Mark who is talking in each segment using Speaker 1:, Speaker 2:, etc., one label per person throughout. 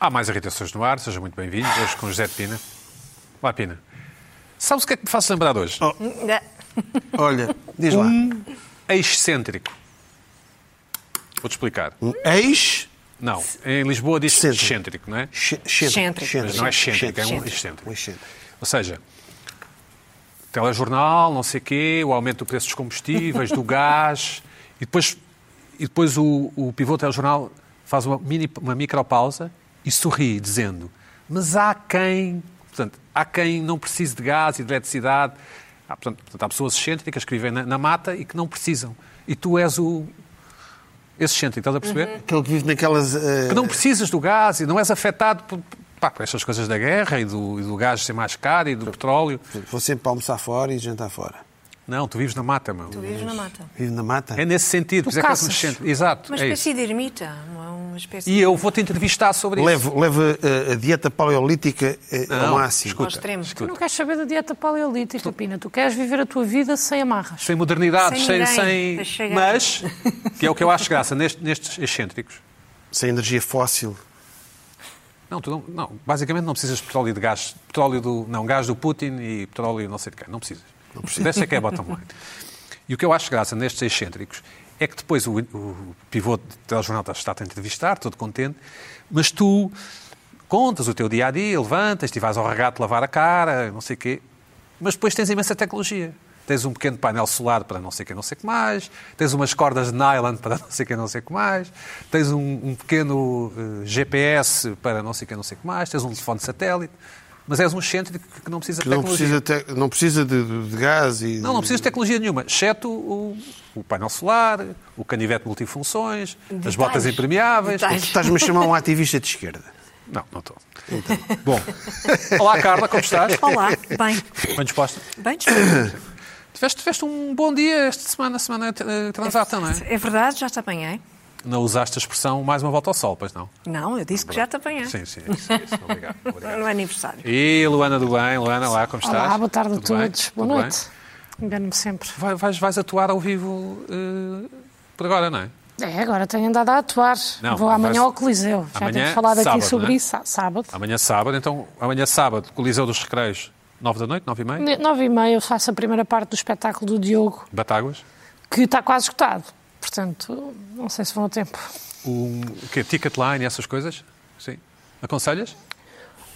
Speaker 1: Há mais irritações no ar, sejam muito bem-vindos. Hoje com José de Pina. Olá, Pina. Sabes o que é que me faz lembrar hoje?
Speaker 2: Olha, diz lá. Um
Speaker 1: Excêntrico. Vou-te explicar.
Speaker 2: Um ex.
Speaker 1: Não, em Lisboa diz
Speaker 2: Excêntrico.
Speaker 1: excêntrico, não é?
Speaker 2: xe- xente-
Speaker 3: Excêntrico.
Speaker 2: xente-
Speaker 1: Mas não é excêntrico, é um
Speaker 3: Excêntrico.
Speaker 1: excêntrico.
Speaker 2: Um excêntrico.
Speaker 1: Ou seja, telejornal, não sei o quê, o aumento do preço dos combustíveis, do gás, e depois, e depois o, o pivô do telejornal faz uma, mini, uma micropausa e sorri, dizendo: Mas há quem. Portanto, há quem não precise de gás e de eletricidade. Há, portanto, portanto, há pessoas excêntricas que vivem na, na mata e que não precisam. E tu és o. Esse excêntrico, estás a perceber?
Speaker 2: Aquele que vive naquelas. eh,
Speaker 1: que não precisas do gás e não és afetado por, pá, por estas coisas da guerra e do, e do gás ser mais caro e do petróleo.
Speaker 2: Vou sempre para almoçar fora e jantar fora.
Speaker 1: Não, tu vives na mata, meu.
Speaker 3: Tu vives na mata.
Speaker 2: Vive na mata.
Speaker 1: É nesse sentido. por isso é que és um
Speaker 3: caças.
Speaker 1: excêntrico. Exato,
Speaker 3: Uma
Speaker 1: é isso.
Speaker 3: espécie de ermita, não é uma espécie
Speaker 1: E eu vou-te entrevistar sobre isso.
Speaker 2: Levo, levo eh, a dieta paleolítica eh, ao
Speaker 1: Não,
Speaker 2: máximo.
Speaker 3: de
Speaker 1: escuta.
Speaker 3: ao extremo.
Speaker 1: escuta.
Speaker 4: Tu não queres saber da dieta paleolítica, Pina. Tu queres viver a tua vida sem amarras.
Speaker 1: Sem modernidade, sem...
Speaker 3: Sem
Speaker 1: sem,
Speaker 3: ninguém a chegar.
Speaker 1: Mas, que é o que eu acho graça neste- nestes excêntricos.
Speaker 2: Sem energia fóssil.
Speaker 1: Não, tu não, não, basicamente não precisas de petróleo e de gás. Petróleo do, não, gás do Putin e petróleo não sei de quem. Não precisas. Não precisas. Essa é que é a bottom line. E o que eu acho graça nestes excêntricos é que depois o, o pivô de telejornal está-te a entrevistar, todo contente, mas tu contas o teu dia-a-dia, levantas-te e vais ao regato lavar a cara, não sei o quê, mas depois tens imensa tecnologia. Tens um pequeno painel solar para não sei quem, não sei o que mais. Tens umas cordas de nylon para não sei quem, não sei o que mais. Tens um, um pequeno eh, GPS para não sei quem, não sei o que mais. Tens um telefone de satélite. Mas és um excêntrico que não precisa de
Speaker 2: Que não
Speaker 1: tecnologia.
Speaker 2: precisa, te- não precisa de, de- de gás e.
Speaker 1: Não, não precisas de tecnologia nenhuma, exceto o, o painel solar, o canivete multifunções, as
Speaker 3: Detalhes.
Speaker 1: botas impermeáveis.
Speaker 3: Detalhes.
Speaker 2: Estás-me a chamar um ativista de esquerda.
Speaker 1: Não, não estou.
Speaker 2: Então,
Speaker 1: Bom, olá Carla, como estás?
Speaker 3: Olá, bem.
Speaker 1: Bem disposta?
Speaker 3: Bem disposto.
Speaker 1: Tiveste, tiveste um bom dia esta semana, semana eh, transata, não é?
Speaker 3: É verdade, já te apanhei.
Speaker 1: Não usaste a expressão mais uma volta ao sol, pois não?
Speaker 3: Não, eu disse que já te apanhei.
Speaker 1: Sim, sim, é isso, é isso. Obrigado, obrigado.
Speaker 3: No aniversário.
Speaker 1: E Luana do Bem, Luana, olá, como estás?
Speaker 4: Olá, boa tarde a
Speaker 1: Tudo bem?
Speaker 4: todos. Boa
Speaker 1: Tudo bem?
Speaker 4: noite. Engano-me sempre.
Speaker 1: Vai- vais, vais atuar ao vivo eh, por agora, não é?
Speaker 4: É, agora tenho andado a atuar.
Speaker 1: Não,
Speaker 4: Vou
Speaker 1: mas
Speaker 4: amanhã
Speaker 1: vais-
Speaker 4: ao Coliseu. Já
Speaker 1: Amanhã,
Speaker 4: temos falado aqui
Speaker 1: sábado,
Speaker 4: sobre
Speaker 1: não é?
Speaker 4: isso. Sá- Sábado.
Speaker 1: Amanhã sábado, então, amanhã sábado, Coliseu dos Recreios, 9 da noite, 9 e meia,
Speaker 4: Ne- Nove e meia eu faço a primeira parte do espetáculo do Diogo,
Speaker 1: Batáguas.
Speaker 4: que está quase esgotado. Portanto, não sei se vão a tempo.
Speaker 1: O, o quê? Ticketline e essas coisas? Sim. Aconselhas?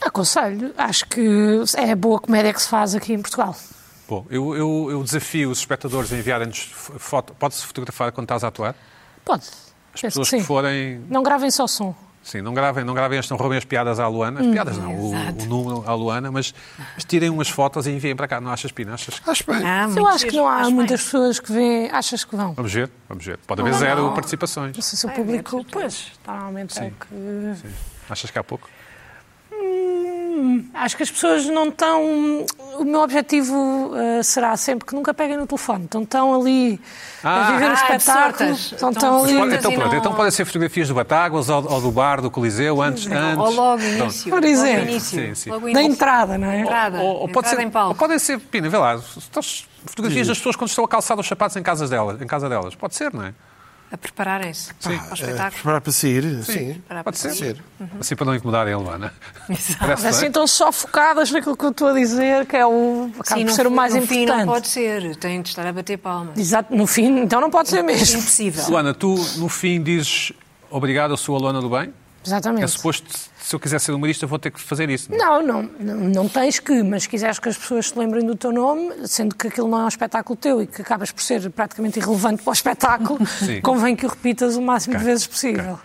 Speaker 4: Aconselho. Acho que é a boa comédia que se faz aqui em Portugal.
Speaker 1: Bom, eu, eu, eu desafio os espectadores a enviarem-nos fo- foto. Pode-se fotografar quando estás a atuar?
Speaker 4: Pode.
Speaker 1: As
Speaker 4: Penso
Speaker 1: pessoas
Speaker 4: que
Speaker 1: que
Speaker 4: sim.
Speaker 1: forem
Speaker 4: Não gravem só som.
Speaker 1: Sim, não gravem, não gravem, as- não roubem as piadas à Luana,
Speaker 3: Hum,
Speaker 1: as piadas não, o, o número à Luana, mas, mas tirem umas fotos e enviem para cá, não achas pina? Achas?
Speaker 2: Estás bem.
Speaker 3: Ah,
Speaker 4: Eu
Speaker 3: muito
Speaker 4: acho que
Speaker 3: giro,
Speaker 4: não há
Speaker 3: faz
Speaker 4: muitas
Speaker 3: bem.
Speaker 4: pessoas que vêem. Achas que vão?
Speaker 1: Vamos ver, vamos ver. Pode haver zero participações.
Speaker 4: Não sei se o
Speaker 3: Ai,
Speaker 4: público.
Speaker 3: deve ser.
Speaker 4: Ah, é Pois, normalmente é o que.
Speaker 1: Achas que há pouco?
Speaker 4: Hum, Acho que as pessoas não estão. O meu objetivo eh, será sempre que nunca peguem no telefone. Então estão ali
Speaker 1: Ah.
Speaker 4: a viver
Speaker 3: Ah,
Speaker 4: o espetáculo.
Speaker 3: absortas. Estão
Speaker 4: Então estão ali.
Speaker 1: Pode- então,
Speaker 3: e
Speaker 1: pronto,
Speaker 3: não-
Speaker 1: então podem ser fotografias do Batáguas ou, ou do bar do Coliseu antes. antes.
Speaker 3: Ou logo início.
Speaker 4: Por
Speaker 3: logo
Speaker 4: exemplo.
Speaker 3: início,
Speaker 1: Sim, sim.
Speaker 3: logo
Speaker 4: Da
Speaker 3: início.
Speaker 4: entrada, não é?
Speaker 3: Entrada.
Speaker 1: Ou, ou pode
Speaker 3: entrada
Speaker 1: ser,
Speaker 3: em palco.
Speaker 1: ou podem ser, Pina, vê lá, se estás- fotografias das pessoas quando estão a calçar os sapatos em, casas delas, em casa delas. Pode ser, não é?
Speaker 3: A prepararem-se para o
Speaker 2: Ah,
Speaker 3: espetáculo.
Speaker 2: preparar para sair? Sim.
Speaker 1: Pode ser.
Speaker 2: Pode ser.
Speaker 1: Assim para não incomodarem a Luana.
Speaker 3: Exato.
Speaker 1: Parece
Speaker 4: Mas assim
Speaker 1: bem.
Speaker 4: estão só focadas naquilo que eu estou a dizer, que é o. acaba
Speaker 3: Sim,
Speaker 4: por
Speaker 3: no
Speaker 4: ser o
Speaker 3: fim-
Speaker 4: mais
Speaker 3: no fim
Speaker 4: importante.
Speaker 3: não pode ser. Tem de estar a bater palmas.
Speaker 4: Exato, no fim, então não pode ser mesmo.
Speaker 3: Impossível.
Speaker 1: Luana, tu no fim dizes obrigado, eu sou a Luana do Bem.
Speaker 4: Exatamente.
Speaker 1: É suposto, se eu quiser ser humorista, vou ter que fazer isso. não é?
Speaker 4: Não, não, não, não tens que, mas se quiseres que as pessoas se lembrem do teu nome, sendo que aquilo não é um espetáculo teu e que acabas por ser praticamente irrelevante para o espetáculo,
Speaker 1: Sim.
Speaker 4: convém que o repitas o máximo
Speaker 1: Ok,
Speaker 4: de vezes possível.
Speaker 1: ok.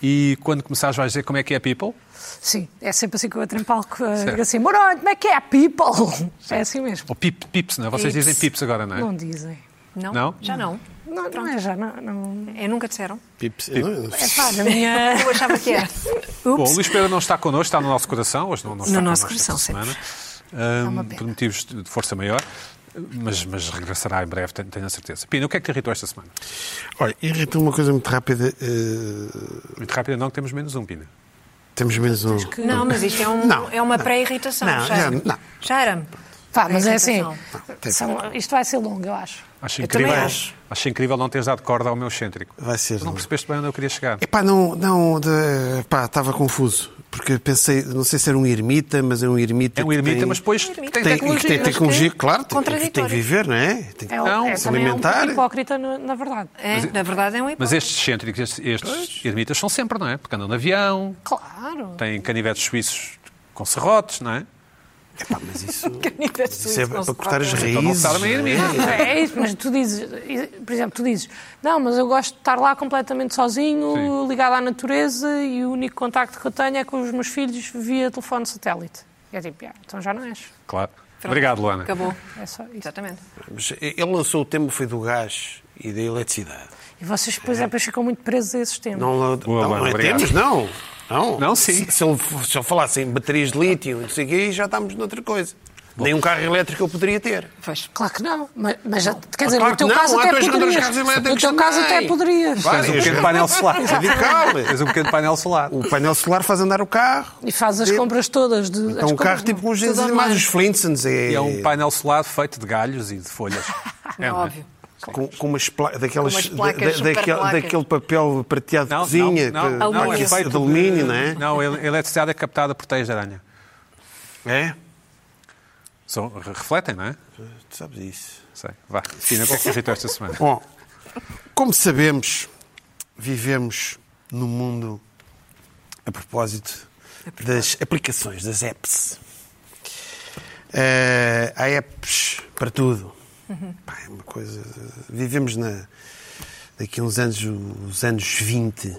Speaker 1: E quando começares, vais dizer como é que é people?
Speaker 4: Sim, é sempre assim que eu entro em palco, eh, digo assim, Moroni, como é que é, people? É assim mesmo.
Speaker 1: Ou pip, pips, não é? Vocês
Speaker 3: Pips.
Speaker 1: dizem pips agora, não é?
Speaker 4: Não dizem.
Speaker 3: Não?
Speaker 1: Não?
Speaker 3: Já não.
Speaker 4: Não, não é já, não... não...
Speaker 3: É, nunca disseram?
Speaker 2: Pips. Eu não-
Speaker 4: É pá, na minha...
Speaker 3: Eu achava que era.
Speaker 1: Bom, o Luís Pedro não está connosco, está no nosso coração. Hoje não, não está
Speaker 3: No nosso
Speaker 1: connosco
Speaker 3: coração,
Speaker 1: esta
Speaker 3: sempre.
Speaker 1: semana,
Speaker 4: uma
Speaker 1: hum,
Speaker 4: pena.
Speaker 1: por motivos de de força maior, mas, mas regressará em breve, tenho, tenho a certeza. Pina, o que é que te irritou esta semana?
Speaker 2: Olha, irrita uma coisa muito rápida. eh,
Speaker 1: Muito rápido, não, que temos menos um, Pina.
Speaker 2: temos menos um.
Speaker 3: Não, mas isto é, um-
Speaker 2: Não,
Speaker 3: é uma
Speaker 2: não.
Speaker 3: pré-irritação.
Speaker 2: Não,
Speaker 3: já,
Speaker 2: não, não.
Speaker 3: já era.
Speaker 4: Pá, mas é assim,
Speaker 3: Irritação.
Speaker 2: tem-
Speaker 4: são- isto vai ser longo, eu acho.
Speaker 1: Acho
Speaker 3: Eu
Speaker 1: incrível,
Speaker 3: também acho.
Speaker 1: acho incrível não teres dado corda ao meu excêntrico.
Speaker 2: Vai ser. um.
Speaker 1: Tu não percebeste bem onde eu queria chegar.
Speaker 2: Epá, não, não, de- pá, estava confuso. Porque eu pensei, não sei se era um ermita, mas é um ermita.
Speaker 1: É um
Speaker 2: que
Speaker 1: ermita,
Speaker 2: tem-
Speaker 1: mas depois tem,
Speaker 3: Ermita.
Speaker 2: tem, e
Speaker 1: tecnologia.
Speaker 2: que tem tecnologia,
Speaker 3: mas que
Speaker 2: claro, tem, tem, que- tem
Speaker 3: contraditório.
Speaker 2: que viver, não é? Tem que
Speaker 4: É, o-
Speaker 1: Não,
Speaker 4: é,
Speaker 1: se
Speaker 4: também é um
Speaker 2: alimentar.
Speaker 4: bocado hipócrita, no- na verdade.
Speaker 3: É, na verdade é um hipócrita.
Speaker 1: Mas estes excêntricos, estes, estes ermitas, são sempre, não é? Porque andam no avião,
Speaker 4: Claro.
Speaker 1: têm canivetes suíços com serrotes, não é?
Speaker 2: Epá, mas isso, isso é
Speaker 3: Isso
Speaker 2: para cortar as
Speaker 1: Então não
Speaker 2: raízes.
Speaker 1: se arma
Speaker 2: não é?
Speaker 1: ermita.
Speaker 4: Não, é isso, mas tu dizes, por exemplo, tu dizes, não, mas eu gosto de estar lá completamente sozinho,
Speaker 1: Sim.
Speaker 4: ligado à natureza e o único contacto que eu tenho é com os meus filhos via telefone satélite. E é tipo, "Ah, então já não és.
Speaker 1: Claro. Obrigado, Luana.
Speaker 3: Acabou.
Speaker 4: É só isso.
Speaker 3: Exatamente.
Speaker 2: É, Mas Ele lançou o tema foi do gás e da eletricidade.
Speaker 4: E vocês, por exemplo, ficam muito presos a esses temas.
Speaker 2: Não,
Speaker 1: Boa,
Speaker 2: não, não,
Speaker 1: Luana,
Speaker 2: não é
Speaker 1: obrigado.
Speaker 2: temos, não. Não,
Speaker 1: Não, sim.
Speaker 2: Se, se, ele, f- se ele falasse em baterias de lítio, não sei o quê, já estamos noutra coisa. Nem um carro elétrico eu poderia ter.
Speaker 3: Pois.
Speaker 4: Claro que não, mas, mas já- quer dizer,
Speaker 2: Ah, claro
Speaker 4: no teu
Speaker 2: que não,
Speaker 4: caso
Speaker 2: há
Speaker 4: até
Speaker 2: dois contra os
Speaker 4: poderias.
Speaker 2: carros
Speaker 4: No
Speaker 2: elétricos
Speaker 4: teu caso
Speaker 2: também.
Speaker 4: até poderias.
Speaker 2: Vai. É
Speaker 1: Tens um pequeno painel solar.
Speaker 2: Radical.
Speaker 1: Tens um pequeno painel solar.
Speaker 2: O painel solar faz andar o carro.
Speaker 4: E faz as compras todas. De, as
Speaker 2: É um
Speaker 4: compras
Speaker 2: carro
Speaker 4: não.
Speaker 2: tipo com os
Speaker 4: Tudo
Speaker 2: mais
Speaker 4: online.
Speaker 2: os Flintstones. É,
Speaker 1: E é um painel solar feito de galhos e de folhas.
Speaker 3: É
Speaker 1: não
Speaker 3: óbvio.
Speaker 2: com, com umas pla- daquelas,
Speaker 3: Com umas placas,
Speaker 2: da- da- daquele,
Speaker 3: superplacas.
Speaker 2: daquele papel prateado de cozinha, que-
Speaker 3: não,
Speaker 2: pá,
Speaker 3: é
Speaker 2: que isso é
Speaker 1: feito
Speaker 2: de alumínio, não é?
Speaker 1: Não, a ele- a eletricidade é captada por teias de aranha.
Speaker 2: É?
Speaker 1: São, re- refletem, não é?
Speaker 2: Tu sabes isso.
Speaker 1: Sei. Vá, Cristina, o que é que irritou esta semana?
Speaker 2: Bom, como sabemos, vivemos num mundo a propósito das aplicações, das apps. Eh, há apps para tudo.
Speaker 3: Uhum.
Speaker 2: Pá, é uma coisa. Vivemos na, daqui a uns anos, os anos 20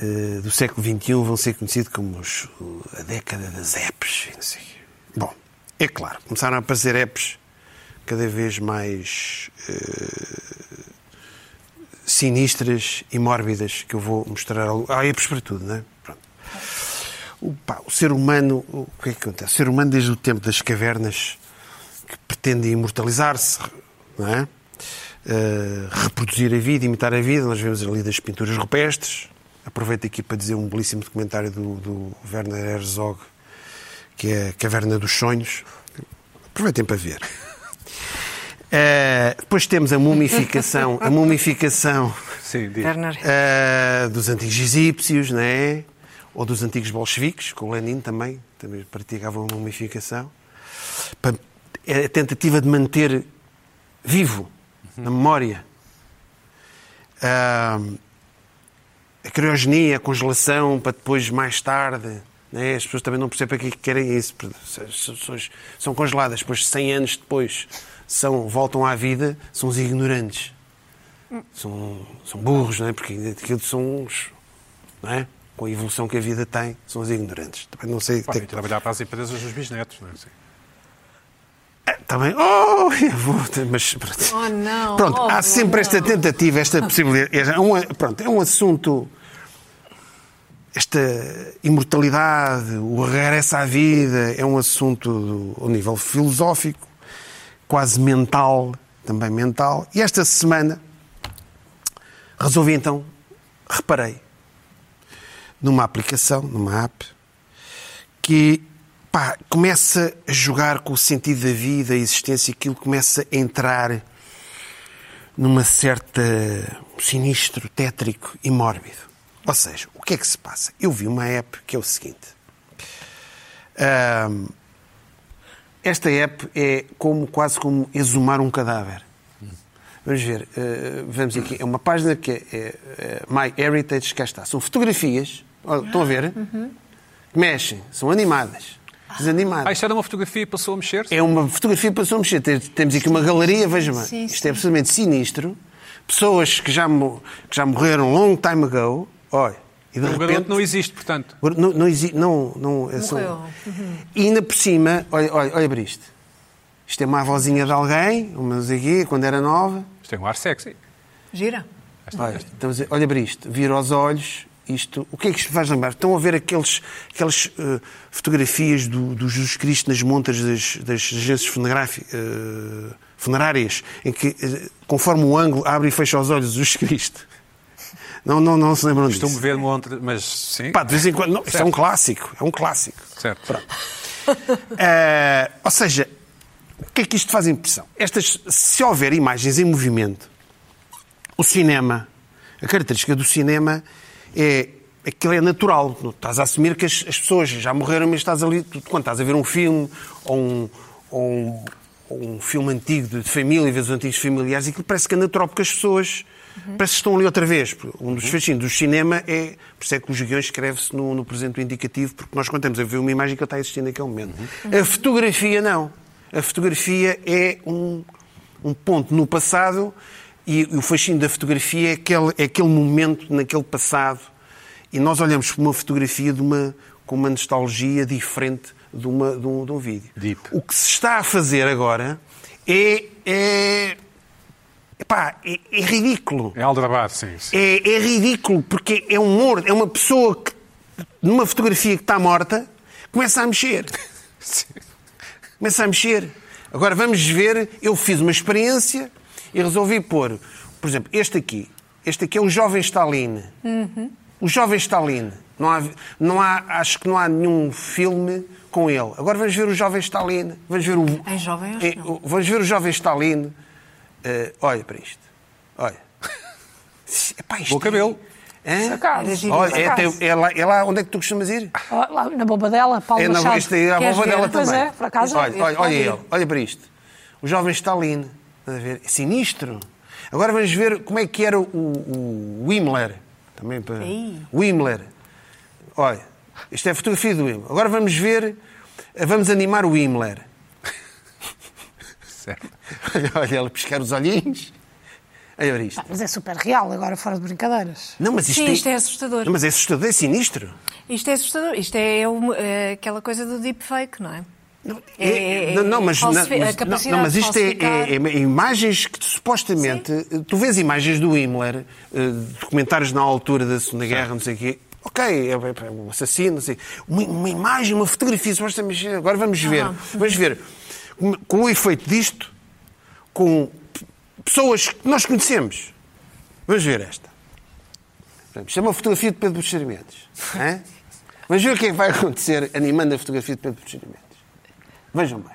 Speaker 2: eh, do século XXI vão ser conhecidos como os- o- a década das apps. e não sei o quê. Bom, é claro, começaram a aparecer apps cada vez mais eh, sinistras e mórbidas que eu vou mostrar. ao- Há apps para tudo, não é? Pronto. O, pá, o ser humano, o que é que acontece? O ser humano, desde o tempo das cavernas, que pretende imortalizar-se, não é? Eh, reproduzir a vida, imitar a vida, nós vemos ali das pinturas rupestres. Aproveito aqui para dizer um belíssimo documentário do, do Werner Herzog, que é a Caverna dos Sonhos. Aproveitem para ver. Eh, depois temos a mumificação, a mumificação
Speaker 1: Sim, diz.
Speaker 3: Werner.
Speaker 2: eh, dos antigos egípcios, não é? Ou dos antigos bolcheviques, com o Lenin também, também praticavam a mumificação. Pa- É a tentativa de manter vivo, na memória. Ah, a criogenia, a congelação, para depois, mais tarde. né? As pessoas também não percebem para que é que querem isso. porque se As pessoas são congeladas, depois, 100 anos depois, são, voltam à vida, são os ignorantes. São, são burros, não é? Porque ainda aquilo são uns. Não é? Com a evolução que a vida tem, são os ignorantes. Também não sei. é
Speaker 1: Podem
Speaker 2: tem-
Speaker 1: trabalhar para as empresas dos bisnetos, não é? Sim.
Speaker 2: Também. Oh, eu vou. Mas.
Speaker 3: Oh, não.
Speaker 2: Pronto,
Speaker 3: Oh,
Speaker 2: há sempre esta
Speaker 3: não.
Speaker 2: tentativa, esta possibilidade. É um, pronto, é um assunto. Esta imortalidade, o regresso à vida, é um assunto do- ao nível filosófico, quase mental, também mental. E esta semana resolvi então, reparei, numa aplicação, numa app, que pá, começa a jogar com o sentido da vida, a existência, aquilo começa a entrar numa certa sinistro, tétrico e mórbido. Ou seja, o que é que se passa? Eu vi uma app que é o seguinte. Ahm, esta app é como quase como exumar um cadáver. Vamos ver, eh, vamos aqui. É uma página que é, é, é My Heritage, cá está. São fotografias, ó, estão a ver? Que mexem, são animadas, desanimadas.
Speaker 1: Ah, isto era uma fotografia e passou a mexer-se?
Speaker 2: É uma fotografia para pessoa mexer. Tem- Temos aqui uma galeria, veja bem.
Speaker 3: Sim,
Speaker 2: Isto é absolutamente sinistro. Pessoas que já, mo- que já morreram long time ago. Olha, e de
Speaker 1: O
Speaker 2: repente.
Speaker 1: garoto não existe, portanto.
Speaker 2: Não, não exi- não, não, é só-
Speaker 3: Morreu.
Speaker 2: E ainda por cima, olha, olha, olha para isto. Isto é uma avózinha de alguém, uma não sei quê, quando era nova.
Speaker 1: Isto tem um ar sexy.
Speaker 3: Gira.
Speaker 2: Olha, estamos a- olha para isto, vira os olhos, isto, o que é que isto faz lembrar? Estão a ver aqueles, aquelas eh, fotografias do, do Jesus Cristo nas montas das, das agências funeráfi- eh, funerárias, em que, eh, conforme o ângulo, abre e fecha os olhos Jesus Cristo? Não, não, não se lembram disso.
Speaker 1: Costumo ver-me ontem, mas sim.
Speaker 2: Pá, de vez em quando, não, isto é um clássico, é um clássico.
Speaker 1: Certo.
Speaker 2: Eh, ou seja, o que é que isto faz impressão? Estas, se houver imagens em movimento, o cinema, a característica do cinema é aquilo é natural. Tu Estás a assumir que as, as pessoas já morreram, mas estás ali, tu- quando estás a ver um filme ou um, ou um, ou um filme antigo de, de família, vês os antigos familiares, aquilo parece que é natural porque as pessoas parece que estão ali outra vez. Um dos fascinos do cinema é, por isso é que os guiões escreve-se no, no presente do indicativo, porque nós contamos a ver uma imagem que ele está a existir naquele momento. A fotografia não. A fotografia é um, um ponto no passado e o fascínio da fotografia é aquele, é aquele momento naquele passado. E nós olhamos para uma fotografia de uma, com uma nostalgia diferente de, uma, de, um, de um vídeo.
Speaker 1: Deep.
Speaker 2: O que se está a fazer agora é. é, epá, é, é ridículo.
Speaker 1: É Aldrabar, sim. sim.
Speaker 2: É, é ridículo, porque é um morto, é uma pessoa que, numa fotografia que está morta, começa a mexer. Começa a mexer. Agora vamos ver, eu fiz uma experiência e resolvi pôr, por exemplo, este aqui. Este aqui é o jovem Stalin.
Speaker 3: Uhum.
Speaker 2: O jovem Stalin. Não há, não há, acho que não há nenhum filme com ele. Agora vamos ver o jovem Stalin. Vamos ver o.
Speaker 3: Em jovem, acho
Speaker 2: eh,
Speaker 3: que não.
Speaker 2: o- Vamos ver o jovem Stalin. Eh, olha para isto. Olha. Epá, isto
Speaker 1: Bom cabelo.
Speaker 2: Hã?
Speaker 4: Acaso.
Speaker 3: Era giro.
Speaker 2: Olha, é,
Speaker 4: Acaso. Ah,
Speaker 2: até- é lá, é lá onde é que tu costumas ir?
Speaker 4: Ó, lá na bomba dela, Paulo
Speaker 2: É na
Speaker 4: Machado.
Speaker 2: este, é a
Speaker 3: Queres
Speaker 2: bomba
Speaker 3: ver?
Speaker 2: dela
Speaker 4: Pois
Speaker 2: também.
Speaker 4: é, por acaso.
Speaker 2: Olha, olha, olha
Speaker 3: Pode ir.
Speaker 2: ele, olha para isto. O jovem Stalin. Estás a ver? É sinistro. Agora vamos ver como é que era o, o, o Himmler. Também para.
Speaker 3: Ei.
Speaker 2: O Himmler. Olha, isto é a fotografia do Himmler. Agora vamos ver. Vamos animar o Himmler.
Speaker 1: Certo.
Speaker 2: Olha, olha ele piscar os olhinhos. Olha para isto.
Speaker 4: Mas é super real, agora fora de brincadeiras.
Speaker 2: Não, mas isto,
Speaker 3: Sim, isto é assustador.
Speaker 2: Não, mas é assustador, é sinistro.
Speaker 3: Isto é assustador. Isto é, uma- é aquela coisa do deepfake, não é?
Speaker 2: Não,
Speaker 3: É,
Speaker 2: é-
Speaker 3: é,
Speaker 2: não, não, mas, não,
Speaker 3: falsifi- a
Speaker 2: mas-
Speaker 3: capacidade
Speaker 2: não, não, mas
Speaker 3: de
Speaker 2: isto é,
Speaker 3: falsificar.
Speaker 2: é- é imagens que tu, supostamente. eh, Tu vês imagens do Himmler, eh, documentários na altura da Segunda Guerra, não sei o quê. Ok, é, é- é um assassino, não sei. Uma, uma imagem, uma fotografia, supostamente. eh, Agora vamos ver.
Speaker 3: Ah.
Speaker 2: Vamos ver. Com, com o efeito disto, com p- pessoas que nós conhecemos. Vamos ver esta. Portanto, Isto é uma fotografia de Pedro Buxeri Mendes. hã? Vamos ver o que é que vai acontecer animando a fotografia de Pedro Buxeri Mendes. Vejam bem.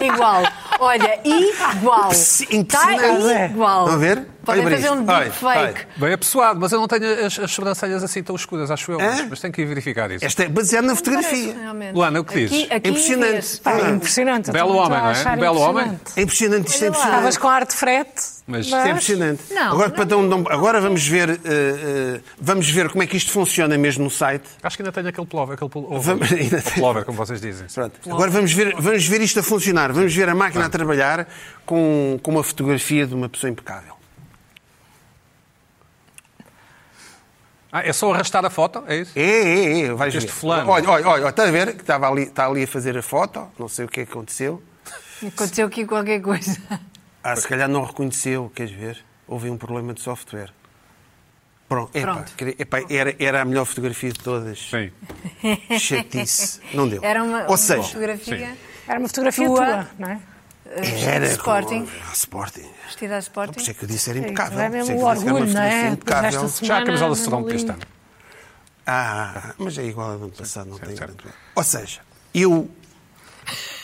Speaker 3: Igual. Olha, igual. Está
Speaker 2: Impressionante.
Speaker 3: igual.
Speaker 2: é? Estão a ver?
Speaker 3: Podem
Speaker 2: Olha para
Speaker 3: fazer um
Speaker 2: isto. Olha,
Speaker 3: deepfake.
Speaker 2: olha.
Speaker 1: Bem apessoado, mas eu não tenho as, as sobrancelhas assim tão escuras, acho eu. Mas,
Speaker 2: Hã?
Speaker 1: mas tenho que ir verificar isso.
Speaker 2: Esta é baseada na
Speaker 3: Parece, é?
Speaker 2: fotografia.
Speaker 3: realmente.
Speaker 1: Luana, o que
Speaker 3: Aqui-
Speaker 1: dizes?
Speaker 3: aqui
Speaker 2: Impressionante.
Speaker 3: vê-se.
Speaker 4: Pá,
Speaker 2: Ah.
Speaker 4: impressionante. eu
Speaker 1: Belo
Speaker 4: também estou
Speaker 1: homem,
Speaker 4: a
Speaker 1: não é?
Speaker 4: achar
Speaker 1: Belo homem.
Speaker 4: impressionante.
Speaker 2: É impressionante, isto é
Speaker 3: Olha lá.
Speaker 4: Estavas
Speaker 2: impressionante.
Speaker 4: com ar de frete,
Speaker 1: Mas-
Speaker 4: mas...
Speaker 2: Isto é impressionante.
Speaker 3: Não,
Speaker 2: agora,
Speaker 3: não. é
Speaker 2: para dar um dom- agora vamos ver eh, eh, vamos ver como é que isto funciona mesmo no site.
Speaker 1: Acho que ainda tenho aquele plover, aquele pullover,
Speaker 2: Vamos- ainda
Speaker 1: O
Speaker 2: tem.
Speaker 1: pullover, como vocês dizem.
Speaker 2: Pronto. Agora vamos ver, vamos ver isto a funcionar. Vamos ver a máquina a trabalhar com, com uma fotografia de uma pessoa impecável.
Speaker 1: Ah, é só arrastar a foto, é isso?
Speaker 2: É, é, é, vais
Speaker 1: Este
Speaker 2: ver.
Speaker 1: fulano.
Speaker 2: Olha, olha, olha, está a ver que estava ali, está ali a fazer a foto, não sei o que é que aconteceu.
Speaker 3: Aconteceu aqui qualquer coisa.
Speaker 2: Ah, se calhar não reconheceu, queres ver? Houve um problema de software. Pronto, epá,
Speaker 3: Pronto.
Speaker 2: queria- epá, era, era a melhor fotografia de todas.
Speaker 1: Sim.
Speaker 2: Chatice. Não deu.
Speaker 3: Era uma,
Speaker 2: Então, Ou
Speaker 3: uma
Speaker 2: seja,
Speaker 3: fotografia.
Speaker 1: sim.
Speaker 4: Era uma fotografia
Speaker 3: Tua.
Speaker 4: tua, não é?
Speaker 2: era.
Speaker 3: Sporting.
Speaker 2: Ah, Sporting. Por isso é
Speaker 3: Vestida a Sporting.
Speaker 2: que eu disse era impecável.
Speaker 4: Impecável. É
Speaker 2: Por isso
Speaker 4: mesmo
Speaker 2: é que
Speaker 4: o
Speaker 2: eu disse que era uma
Speaker 4: orgulho, não
Speaker 2: fotografia
Speaker 4: é? Depois
Speaker 2: impecável.
Speaker 4: desta
Speaker 1: Já a camisola
Speaker 4: semana,
Speaker 1: de Sertão
Speaker 4: mesmo
Speaker 1: deste
Speaker 4: lindo.
Speaker 1: ano.
Speaker 2: Ah, mas é igual ao do ano passado, não tem
Speaker 1: certo.
Speaker 2: grande problema. Ou seja, eu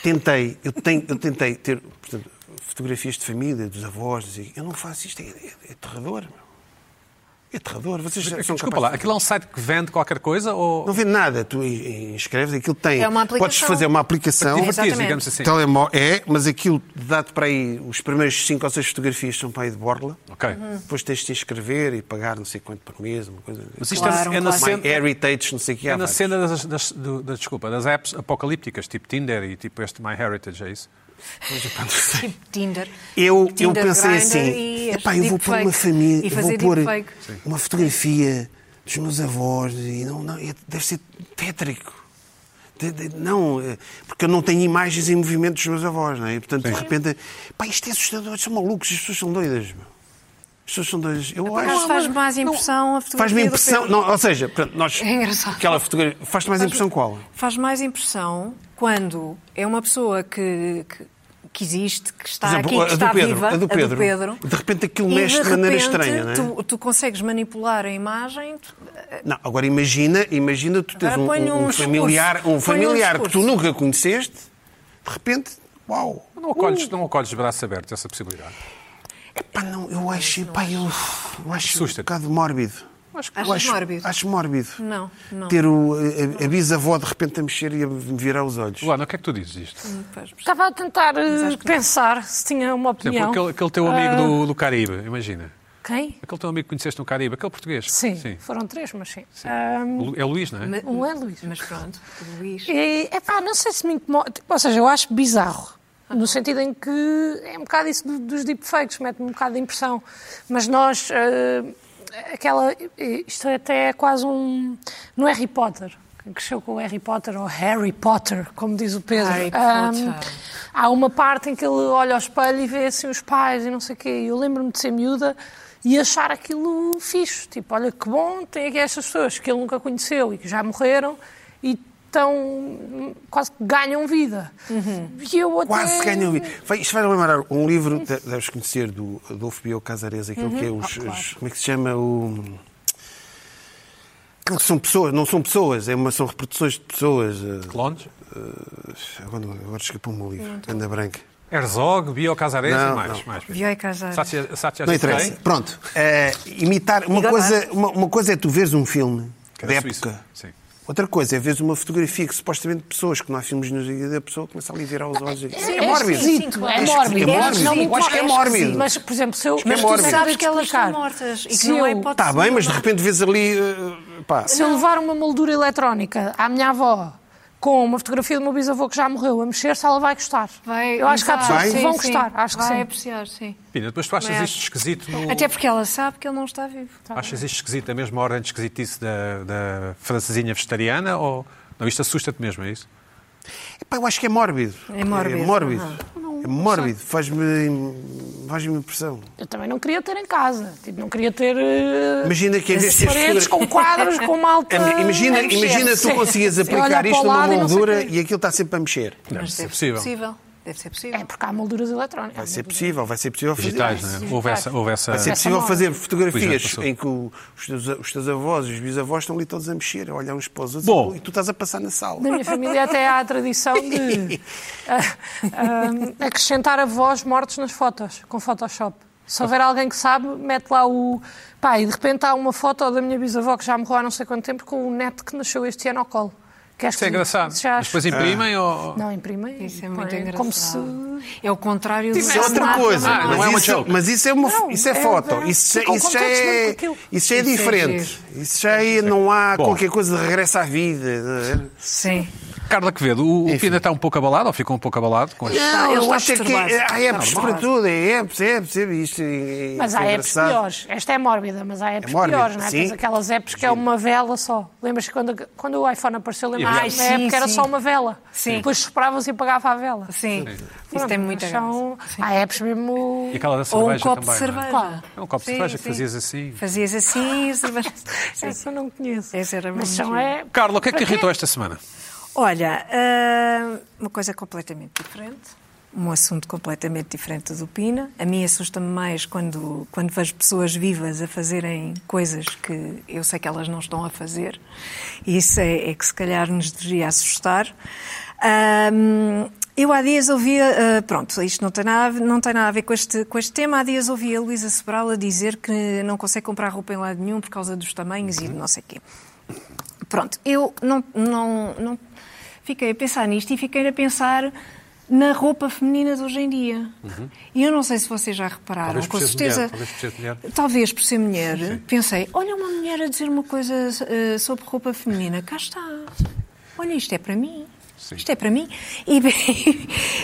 Speaker 2: tentei, eu, tenho, eu tentei ter portanto, fotografias de família, dos avós, dizer, eu não faço isto, é, é, é aterrador, meu. É aterrador. Vocês já são
Speaker 1: Desculpa
Speaker 2: capazes
Speaker 1: lá,
Speaker 2: de-
Speaker 1: aquilo é um site que vende qualquer coisa ou.
Speaker 2: Não vê nada, tu in- inscreves, aquilo tem.
Speaker 3: É uma
Speaker 2: Podes
Speaker 3: aplicação.
Speaker 2: fazer uma aplicação.
Speaker 3: Exatamente.
Speaker 1: Divertido, digamos assim.
Speaker 2: Telemó é, mas aquilo dá-te para aí, os primeiros 5 ou 6 fotografias são para aí de borla.
Speaker 1: Ok.
Speaker 2: Depois tens de te inscrever e pagar não sei quanto por mês, uma coisa.
Speaker 1: Mas isto é-
Speaker 3: Claro,
Speaker 1: é, na
Speaker 3: claro.
Speaker 1: cena,
Speaker 2: My Heritage, não sei o que
Speaker 1: é na cena das, das, do- das- desculpa, das apps apocalípticas, tipo Tinder e tipo este MyHeritage, é isso?
Speaker 3: Tipo Tinder.
Speaker 2: Eu, eu
Speaker 3: Tinder,
Speaker 2: pensei
Speaker 3: Grindr
Speaker 2: assim,
Speaker 3: e
Speaker 2: epá,
Speaker 3: este
Speaker 2: eu vou pôr uma
Speaker 3: deepfake.
Speaker 2: família,
Speaker 3: E
Speaker 2: eu vou
Speaker 3: fazer
Speaker 2: pôr
Speaker 3: deepfake.
Speaker 2: uma fotografia dos meus avós, e não, não, é- deve ser tétrico. De- de- Não, é, porque eu não tenho imagens em movimento dos meus avós, não é? E, portanto, de repente, pá, isto é assustador, são malucos, as pessoas são doidas, meu. As pessoas são doidas. Eu
Speaker 3: Por acaso
Speaker 2: acho.
Speaker 3: faz mais impressão a fotografia.
Speaker 2: Faz-me
Speaker 3: do
Speaker 2: impressão,
Speaker 3: Pedro.
Speaker 2: não, ou seja, portanto, nós.
Speaker 3: É engraçado.
Speaker 2: Aquela fotografia. Faz-te mais impressão qual?
Speaker 3: Faz mais impressão quando é uma pessoa que, que, que existe, que está
Speaker 2: Por exemplo,
Speaker 3: aqui,
Speaker 2: a
Speaker 3: que
Speaker 2: do
Speaker 3: está
Speaker 2: Pedro,
Speaker 3: viva,
Speaker 2: a do Pedro. De repente aquilo
Speaker 3: e
Speaker 2: mexe de
Speaker 3: de
Speaker 2: maneira
Speaker 3: repente
Speaker 2: estranha, não é?
Speaker 3: Tu, tu consegues manipular a imagem. tu-
Speaker 2: Não, agora imagina, imagina tu tens
Speaker 3: Agora
Speaker 2: um,
Speaker 3: põe-lhe
Speaker 2: um- um
Speaker 3: um discurso.
Speaker 2: familiar, um
Speaker 3: Põe-lhe um
Speaker 2: familiar que tu
Speaker 3: discurso.
Speaker 2: nunca conheceste, de repente, uau.
Speaker 1: Não acolhes, não acolhes de braços abertos essa possibilidade.
Speaker 2: Epá, não, eu acho, pá, eu, eu acho um
Speaker 1: Assusta-te.
Speaker 2: bocado mórbido.
Speaker 3: Achas
Speaker 2: Eu acho,
Speaker 3: mórbido?
Speaker 2: Acho mórbido.
Speaker 3: Não, não.
Speaker 2: Ter o, eh, a, a bisavó de repente a mexer e a me virar os olhos.
Speaker 1: Luana, o que é que tu dizes disto?
Speaker 3: Pois,
Speaker 4: Estava a tentar eh,
Speaker 3: acho que não.
Speaker 4: pensar se tinha uma
Speaker 1: Por exemplo,
Speaker 4: opinião.
Speaker 1: aquele, aquele teu amigo
Speaker 4: Ah,
Speaker 1: do, do Caribe, imagina.
Speaker 4: Quem?
Speaker 1: Aquele teu amigo que conheceste no Caribe, aquele português.
Speaker 4: Sim, foram três, mas sim.
Speaker 1: O Lu- É Luís, não é?
Speaker 3: mas-
Speaker 4: Um é Luís.
Speaker 3: Mas pronto, Luís.
Speaker 4: É epá, não sei se me incomoda. Tipo, Ou seja, eu acho bizarro. No sentido em que é um bocado isso do- dos deepfakes, mete-me um bocado de impressão. Mas nós. eh, aquela. eh, Isto é até quase um. No Harry Potter. que Cresceu com o Harry Potter, ou Harry Potter, como diz o Pedro.
Speaker 3: Harry
Speaker 4: Ah,
Speaker 3: Potter.
Speaker 4: há uma parte em que ele olha ao espelho e vê assim os pais e não sei o quê. Eu lembro-me de ser miúda e achar aquilo fixe. Tipo, olha que bom, tem aqui estas pessoas que ele nunca conheceu e que já morreram e estão. quase que ganham vida.
Speaker 3: Uhum.
Speaker 4: E eu até...
Speaker 2: Quase ganham
Speaker 3: É.
Speaker 2: vida. Vai- Isto vai lembrar um livro, de- deves conhecer, do Adolfo Biel Casares, aquele
Speaker 3: Uhum.
Speaker 2: que é os, os- Como é que se chama? O. Aquilo que são pessoas, não são pessoas, é uma, são reproduções de pessoas. eh,
Speaker 1: Clones?
Speaker 2: Agora, agora escapou-me o um livro, anda branca.
Speaker 1: Herzog, Bio Casares
Speaker 2: Não,
Speaker 1: e mais.
Speaker 2: não.
Speaker 1: mais.
Speaker 3: Vioi Casares.
Speaker 1: Satya- Satya
Speaker 2: Não
Speaker 1: Jay?
Speaker 2: interessa. Pronto. Eh, imitar. Uma
Speaker 3: Igual
Speaker 2: coisa, uma, uma coisa é tu veres um filme
Speaker 1: Que
Speaker 2: da
Speaker 1: era
Speaker 2: época.
Speaker 1: suíço. Sim.
Speaker 2: Outra coisa é veres uma fotografia que supostamente de pessoas, que não há filmes nos dias da pessoa, começa ali a virar os olhos.
Speaker 4: É,
Speaker 2: é mórbido.
Speaker 4: esquisito, é mórbido.
Speaker 2: É mórbido.
Speaker 4: Não me
Speaker 2: Eu acho que é
Speaker 4: importa.
Speaker 2: mórbido.
Speaker 4: Mas, por exemplo, se eu.
Speaker 2: que é
Speaker 4: Mas tu
Speaker 2: mórbido.
Speaker 4: sabes
Speaker 3: que elas estão
Speaker 4: explicar.
Speaker 3: mortas e que
Speaker 4: Se
Speaker 3: não é há
Speaker 4: eu-
Speaker 3: hipótese.
Speaker 2: Está Tá bem, mas de
Speaker 3: nenhuma.
Speaker 2: repente vês ali. eh, pá.
Speaker 4: Se eu levar uma moldura eletrónica à minha avó com uma fotografia do meu bisavô que já morreu a mexer-se, ela vai gostar.
Speaker 3: Vai,
Speaker 4: eu acho que há
Speaker 3: exato,
Speaker 4: pessoas que
Speaker 3: sim,
Speaker 4: vão
Speaker 3: sim.
Speaker 4: gostar. Acho que
Speaker 3: vai
Speaker 4: sim.
Speaker 3: apreciar, sim.
Speaker 1: Pina, depois tu achas
Speaker 3: Também
Speaker 1: isto esquisito? no-
Speaker 3: Até porque ela sabe que ele não está vivo.
Speaker 1: Achas isto esquisito, a mesma ordem de esquisitice da, da francesinha vegetariana? Ou... Não, isto assusta-te mesmo, é isso?
Speaker 2: Epá, eu acho que é mórbido.
Speaker 3: É mórbido,
Speaker 2: É mórbido.
Speaker 3: aham.
Speaker 2: É mórbido. Faz-me faz impressão.
Speaker 4: Eu também não queria ter em casa. Tipo, não queria ter eh,
Speaker 2: Imagina que em vez de teres
Speaker 4: paredes
Speaker 2: fotogra-
Speaker 4: com quadros, com malta.
Speaker 2: Em- Imagina,
Speaker 4: Ah, a mexer-se.
Speaker 2: imagina tu
Speaker 4: Sim.
Speaker 2: conseguias
Speaker 4: Sim, olha
Speaker 2: aplicar
Speaker 4: para o
Speaker 2: isto numa
Speaker 4: lado e não sei o
Speaker 2: moldura
Speaker 4: quê.
Speaker 2: e aquilo está sempre a mexer.
Speaker 1: Não,
Speaker 3: Mas
Speaker 1: isso é
Speaker 3: deve
Speaker 1: possível.
Speaker 3: possível. Deve ser possível.
Speaker 4: É porque há molduras eletrónicas.
Speaker 2: Vai ser possível, vai ser possível fazer.
Speaker 1: Digitais, não é? Houve essa... Houve essa...
Speaker 2: Vai ser
Speaker 4: Essa
Speaker 2: possível
Speaker 4: moda. é,
Speaker 2: fazer
Speaker 1: Pois
Speaker 2: fotografias
Speaker 1: já passou.
Speaker 2: em que o- os teus, os teus avós e os bisavós estão ali todos a mexer, a olhar uns para os outros
Speaker 1: Bom.
Speaker 2: e tu estás a passar na sala.
Speaker 4: Na minha família até há a tradição de ah, ah, acrescentar avós mortos nas fotos, com Photoshop. Se houver alguém que sabe, mete lá o. Pá, e de repente há uma foto da minha bisavó que já morreu há não sei quanto tempo com o neto que nasceu este ano ao colo. Que acho
Speaker 1: Isso é
Speaker 4: que-
Speaker 1: engraçado.
Speaker 4: isso já
Speaker 1: Mas depois
Speaker 4: acho-
Speaker 2: Ah.
Speaker 1: imprimem ou...
Speaker 4: Não, imprimem.
Speaker 3: Isso é muito
Speaker 4: põem
Speaker 3: engraçado.
Speaker 4: Como se.
Speaker 3: É o contrário do
Speaker 2: Isso é outra
Speaker 3: Samar,
Speaker 2: coisa,
Speaker 1: Ah, não
Speaker 2: mas,
Speaker 1: é uma
Speaker 2: isso,
Speaker 1: joke.
Speaker 2: mas isso é uma
Speaker 4: Não,
Speaker 2: isso é,
Speaker 4: é
Speaker 2: foto,
Speaker 4: verdade.
Speaker 2: isso, já-
Speaker 4: Ficam
Speaker 2: isso já
Speaker 4: contentes mesmo
Speaker 2: é
Speaker 4: com aquilo.
Speaker 2: isso já é
Speaker 3: Isso é
Speaker 2: diferente, isso já é, não há
Speaker 1: Bom.
Speaker 2: qualquer coisa de regresso à vida. é?
Speaker 3: Sim.
Speaker 1: Carla Quevedo, o, o Pina está um pouco abalado ou ficou um pouco abalado com este...
Speaker 3: Não, ele
Speaker 2: eu
Speaker 3: está
Speaker 2: acho é que
Speaker 3: perturbado.
Speaker 2: há apps
Speaker 3: Está
Speaker 2: para
Speaker 3: mal.
Speaker 2: tudo, é apps, é apps, é isto. é- é-
Speaker 4: Mas
Speaker 2: isso
Speaker 4: há
Speaker 2: é
Speaker 4: apps
Speaker 2: engraçado.
Speaker 4: piores. Esta é mórbida, mas há apps
Speaker 2: mórbida,
Speaker 4: piores, não é?
Speaker 2: sim.
Speaker 4: Tens aquelas apps que é uma vela só. Lembras-te quando, quando o iPhone apareceu,
Speaker 1: Ai,
Speaker 4: lembras-te
Speaker 3: sim,
Speaker 4: na época era
Speaker 3: sim.
Speaker 4: só uma vela.
Speaker 3: Sim.
Speaker 4: Depois sopravas e apagava a vela.
Speaker 3: Sim. Isso
Speaker 4: Pronto,
Speaker 3: tem muita
Speaker 4: mas são-
Speaker 3: graça. Sim.
Speaker 4: Há apps mesmo.
Speaker 1: E aquela da
Speaker 3: um Ou
Speaker 1: cerveja
Speaker 3: um
Speaker 1: também,
Speaker 3: copo de
Speaker 1: não é?
Speaker 3: cerveja.
Speaker 4: Claro.
Speaker 1: É um copo de
Speaker 3: Sim,
Speaker 1: cerveja que
Speaker 3: sim.
Speaker 1: fazias assim.
Speaker 3: Fazias assim e a cerveja. Sim.
Speaker 4: Essa eu não conheço.
Speaker 3: Essa era
Speaker 4: Mas
Speaker 3: muito
Speaker 4: são
Speaker 3: gira.
Speaker 4: é...
Speaker 1: Carla, o que é que te
Speaker 4: Para quê?
Speaker 1: irritou esta semana?
Speaker 3: Olha, ah, uma coisa completamente diferente, um assunto completamente diferente do Pina. A mim assusta-me mais quando, quando vejo pessoas vivas a fazerem coisas que eu sei que elas não estão a fazer. Isso é, é que se calhar nos deveria assustar. Ah, eu há dias ouvia, ah, pronto, isto não tem nada, a ver- não tem nada a ver com este, com este tema, há dias ouvia a Luísa Sobral a dizer que não consegue comprar roupa em lado nenhum por causa dos tamanhos e de não sei o quê. Pronto, eu não, não, não fiquei a pensar nisto e fiquei a pensar na roupa feminina de hoje em dia. E eu não sei se vocês já
Speaker 1: Uhum.
Speaker 3: repararam,
Speaker 1: Talvez por
Speaker 3: com
Speaker 1: ser
Speaker 3: certeza.
Speaker 1: mulher, talvez por ser mulher.
Speaker 3: Talvez por ser mulher, pensei, olha uma mulher a dizer uma coisa eh, sobre roupa feminina, cá está. Olha, isto é para mim.
Speaker 1: Sim.
Speaker 3: Isto é para mim. E,